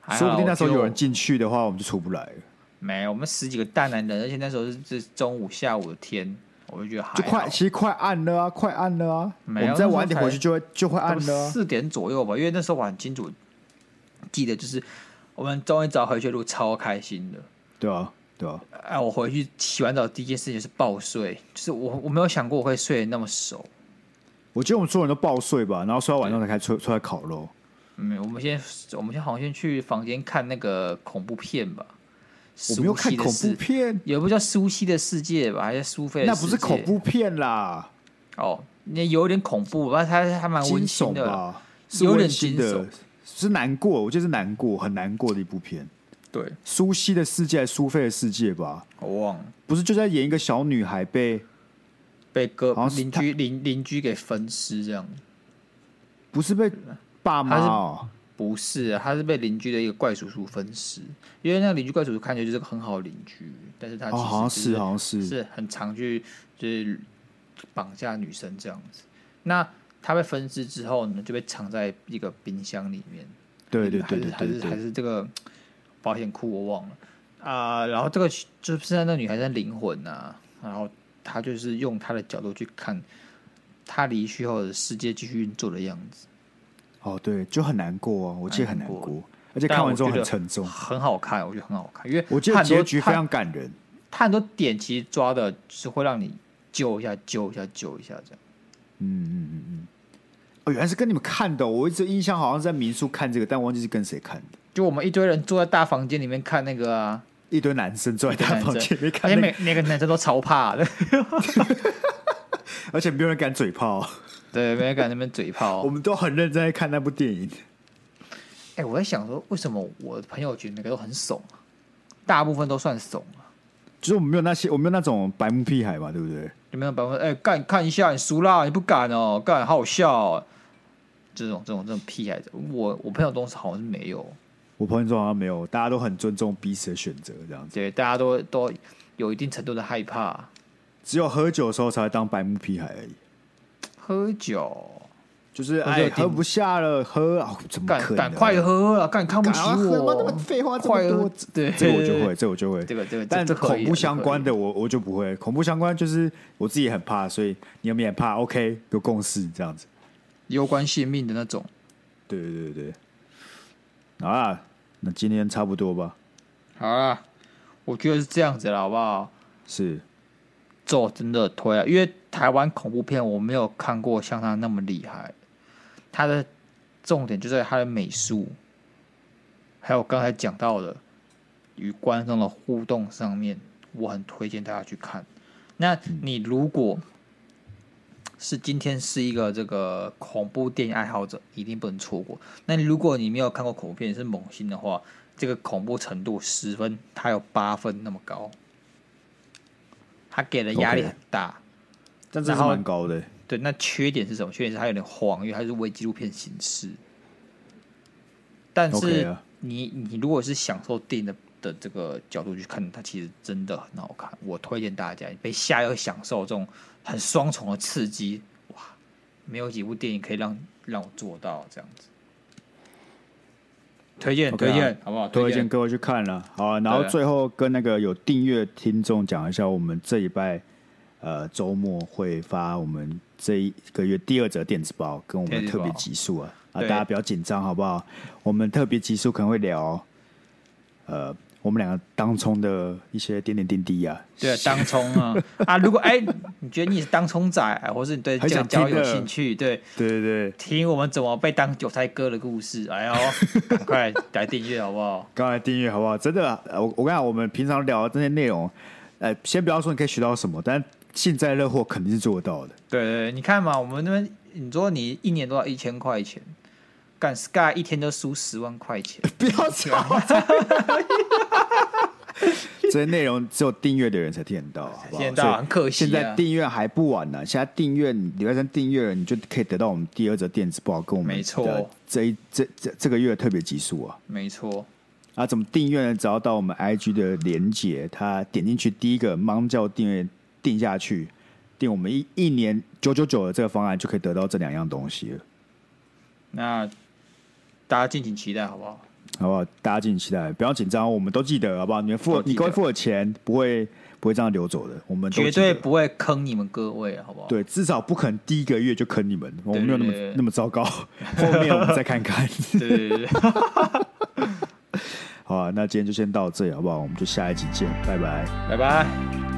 Speaker 1: 还好
Speaker 2: 说不定那时候
Speaker 1: 我就
Speaker 2: 有人进去的话，我们就出不来了，
Speaker 1: 没有，我们十几个大男人，而且那时候是是中午下午的天，我就觉得还
Speaker 2: 就快，
Speaker 1: 好
Speaker 2: 其实快暗了啊，快暗了啊，我
Speaker 1: 没有
Speaker 2: 们再晚一点回去就会就会
Speaker 1: 差
Speaker 2: 暗
Speaker 1: 不
Speaker 2: 了
Speaker 1: 多
Speaker 2: 啊、
Speaker 1: 四点左右吧，因为那时候我很清楚记得，就是我们终于找回去的路超开心的。
Speaker 2: 对啊，对啊，
Speaker 1: 哎，我回去洗完澡第一件事就是爆睡，就是我我没有想过我会睡得那么熟。
Speaker 2: 我觉得我们所有人都爆睡吧，然后睡到晚上才开始出出来烤肉。
Speaker 1: 嗯，我们先我们先好像先去房间看那个恐怖片吧。
Speaker 2: 我没
Speaker 1: 苏
Speaker 2: 有看
Speaker 1: 西的
Speaker 2: 恐怖
Speaker 1: 世，
Speaker 2: 片，
Speaker 1: 有一部叫《苏西的世界》吧，还是苏菲的
Speaker 2: 那
Speaker 1: 世界？
Speaker 2: 不是恐怖片啦，
Speaker 1: 哦，那有点恐怖，但它它蛮
Speaker 2: 惊
Speaker 1: 温馨
Speaker 2: 悚
Speaker 1: 的。
Speaker 2: 吧？是
Speaker 1: 有点
Speaker 2: 温馨
Speaker 1: 惊
Speaker 2: 的
Speaker 1: 悚，
Speaker 2: 是难过，我觉得是难过，很难过的一部片。
Speaker 1: 对，
Speaker 2: 苏西的世界，苏菲的世界吧？
Speaker 1: 我忘了
Speaker 2: 不是就在演一个小女孩被，
Speaker 1: 被哥
Speaker 2: 好像是
Speaker 1: 邻居邻邻居给分尸这样，
Speaker 2: 不是被爸妈
Speaker 1: 她是
Speaker 2: 哦，
Speaker 1: 不是、啊，他是被邻居的一个怪叔叔分尸，因为那个邻居怪叔叔看起来就是个很好的邻居，但是他
Speaker 2: 哦，
Speaker 1: 其实、
Speaker 2: 好像是，好像
Speaker 1: 是
Speaker 2: 是，
Speaker 1: 很常去就是绑架女生这样子。那他被分尸之后呢，就被藏在一个冰箱里面，
Speaker 2: 对对
Speaker 1: 还
Speaker 2: 对
Speaker 1: 是
Speaker 2: 对
Speaker 1: 还
Speaker 2: 对
Speaker 1: 是还
Speaker 2: 对，
Speaker 1: 是这个保险库我忘了啊、然后这个就是那女孩子的灵魂呐、然后她就是用她的角度去看她离去后的世界继续运作的样子，
Speaker 2: 哦对，就很难过啊，我记得很难
Speaker 1: 难过
Speaker 2: 过，而且
Speaker 1: 但
Speaker 2: 看完
Speaker 1: 我
Speaker 2: 之后
Speaker 1: 觉
Speaker 2: 很
Speaker 1: 得
Speaker 2: 沉重。
Speaker 1: 很好看，我觉得很好看，因为
Speaker 2: 我记
Speaker 1: 她
Speaker 2: 得
Speaker 1: 很多
Speaker 2: 结局非
Speaker 1: 她
Speaker 2: 常感人，
Speaker 1: 她很多点其实抓的是会让你揪一下、揪一下、揪一下这样。
Speaker 2: 哦，原来是跟你们看的哦，我一直印象好像是在民宿看这个，但忘记是跟谁看的，
Speaker 1: 就我们一堆人坐在大房间里面看那个啊，
Speaker 2: 一堆男生坐 在他
Speaker 1: 男
Speaker 2: 房
Speaker 1: 生
Speaker 2: 间里
Speaker 1: 而
Speaker 2: 面看
Speaker 1: 且
Speaker 2: 那个
Speaker 1: 每每个男生都超怕的，
Speaker 2: 而且没有人敢嘴炮，
Speaker 1: 对，每个敢那边嘴炮
Speaker 2: 我。们都很认真在看那部电影。
Speaker 1: 哎、我在想说，为什么我的朋友群每个都很怂啊？大部分都算怂啊。
Speaker 2: 就是我们没有那些，我们没有那种白目屁孩嘛，对不对？
Speaker 1: 有没有百分哎干看一下，你输啦，你不敢哦，干好好笑哦、这种这种这种屁孩子，我我朋友都是好像是没有，
Speaker 2: 我朋友说好像没有，大家都很尊重彼此的选择，这样子。
Speaker 1: 对，大家都都有一定程度的害怕。
Speaker 2: 只有喝酒的时候才会当白目屁孩而已。
Speaker 1: 喝酒，
Speaker 2: 就是
Speaker 1: 喝酒
Speaker 2: 哎，
Speaker 1: 顶
Speaker 2: 喝不下了，喝啊、怎么
Speaker 1: 赶
Speaker 2: 可能？
Speaker 1: 赶快喝了，赶看不
Speaker 2: 赶
Speaker 1: 起
Speaker 2: 快喝
Speaker 1: 我
Speaker 2: 妈，他妈废话这么
Speaker 1: 快喝
Speaker 2: 多，
Speaker 1: 对，
Speaker 2: 这我就会，这我就会。
Speaker 1: 这个这个，
Speaker 2: 但
Speaker 1: 这可
Speaker 2: 恐
Speaker 1: 以
Speaker 2: 怖
Speaker 1: 啊
Speaker 2: 相关，的我我就不会，恐怖相关就是我自己也很怕，所以你们也很怕，OK，有共识这样
Speaker 1: 这
Speaker 2: 子。
Speaker 1: 可以攸关性命的那种。
Speaker 2: 对对对对，好啦，那今天差不多吧，
Speaker 1: 好啦，我觉得是这样子了，好不好？
Speaker 2: 是
Speaker 1: 咒真的推啊，因为台湾恐怖片我没有看过像他那么厉害，他的重点就在他的美术，还有刚才讲到的与观众的互动上面，我很推荐大家去看。那你如果是今天是一个这个恐怖电影爱好者，一定不能错过。那如果你没有看过恐怖片，你是猛星的话，这个恐怖程度十分，它有八分那么高，它给的压力
Speaker 2: OK
Speaker 1: 很大。
Speaker 2: 但这
Speaker 1: 然
Speaker 2: 是
Speaker 1: 后
Speaker 2: 蛮高的、
Speaker 1: 对，那缺点是什么？缺点是它有点晃，因为它是为纪录片形式。但
Speaker 2: OK
Speaker 1: 是
Speaker 2: 啊
Speaker 1: 你你如果是享受电影的的这个角度去看，它其实真的很好看。我推荐大家被吓又享受这种很双重的刺激，哇，没有几部电影可以让让我做到这样子。推荐
Speaker 2: OK
Speaker 1: 推
Speaker 2: 啊
Speaker 1: 荐，好不好？
Speaker 2: 推
Speaker 1: 推
Speaker 2: 荐
Speaker 1: 荐
Speaker 2: 各位去看了。好啊、然后
Speaker 1: 对啊
Speaker 2: 最后跟那个有订阅听众讲一下，我们这一拜呃周末会发我们这一个月第二则电子报跟我们
Speaker 1: 电
Speaker 2: 的
Speaker 1: 子报
Speaker 2: 特别集数啊啊，大
Speaker 1: 对
Speaker 2: 家不要紧张好不好？我们特别集数可能会聊呃我们两个当冲的一些点点滴滴啊，
Speaker 1: 对当冲啊啊！如果哎、你觉得你是当冲仔，或是你对
Speaker 2: 很
Speaker 1: 这个
Speaker 2: 想
Speaker 1: 交友
Speaker 2: 听的
Speaker 1: 兴趣，对，
Speaker 2: 对对对。
Speaker 1: 听我们怎么被当韭菜割的故事，哎 呦，赶快来订阅好不好？
Speaker 2: 刚才订阅好不好？真的，呃我我跟你讲，我们平常聊的这些内容，呃，先不要说你可以学到什么，但幸灾乐祸肯定是做得 到的。
Speaker 1: 对对对，你看嘛，我们那边你说你一年都要一千块钱，干 Sky 一天就输十万块钱，
Speaker 2: 不要
Speaker 1: 啊
Speaker 2: 吵， 这些内容只有订阅的人才听得 到，好不好？
Speaker 1: 听得到
Speaker 2: 所以
Speaker 1: 很可惜啊
Speaker 2: 现在订阅还不晚呢、现在订阅你礼拜三订阅了，你就可以得到我们第二则电子报跟我们
Speaker 1: 没错
Speaker 2: 的这一这这这个月的特别集数啊。
Speaker 1: 没错，
Speaker 2: 啊，怎么订阅呢？只要到我们 IG 的连接，它点进去第一个盲教订阅订下去，订我们一一年九九九的这个方案，就可以得到这两样东西了，
Speaker 1: 那大家敬请期待好不好？
Speaker 2: 好不好？大家敬请期待，不要紧张，我们都记得，好不好？你们付
Speaker 1: 都记得
Speaker 2: 你各位付的钱不会不会这样流走的，我们都
Speaker 1: 绝
Speaker 2: 记得
Speaker 1: 对不会坑你们各位，好不好？
Speaker 2: 对，至少不可能第一个月就坑你们，我们没有那么
Speaker 1: 对对对
Speaker 2: 那么糟糕，后面我们再看 看。
Speaker 1: 对对对对，
Speaker 2: 好啊，那今天就先到这里，好不好？我们就下一集见，拜拜。
Speaker 1: 拜拜。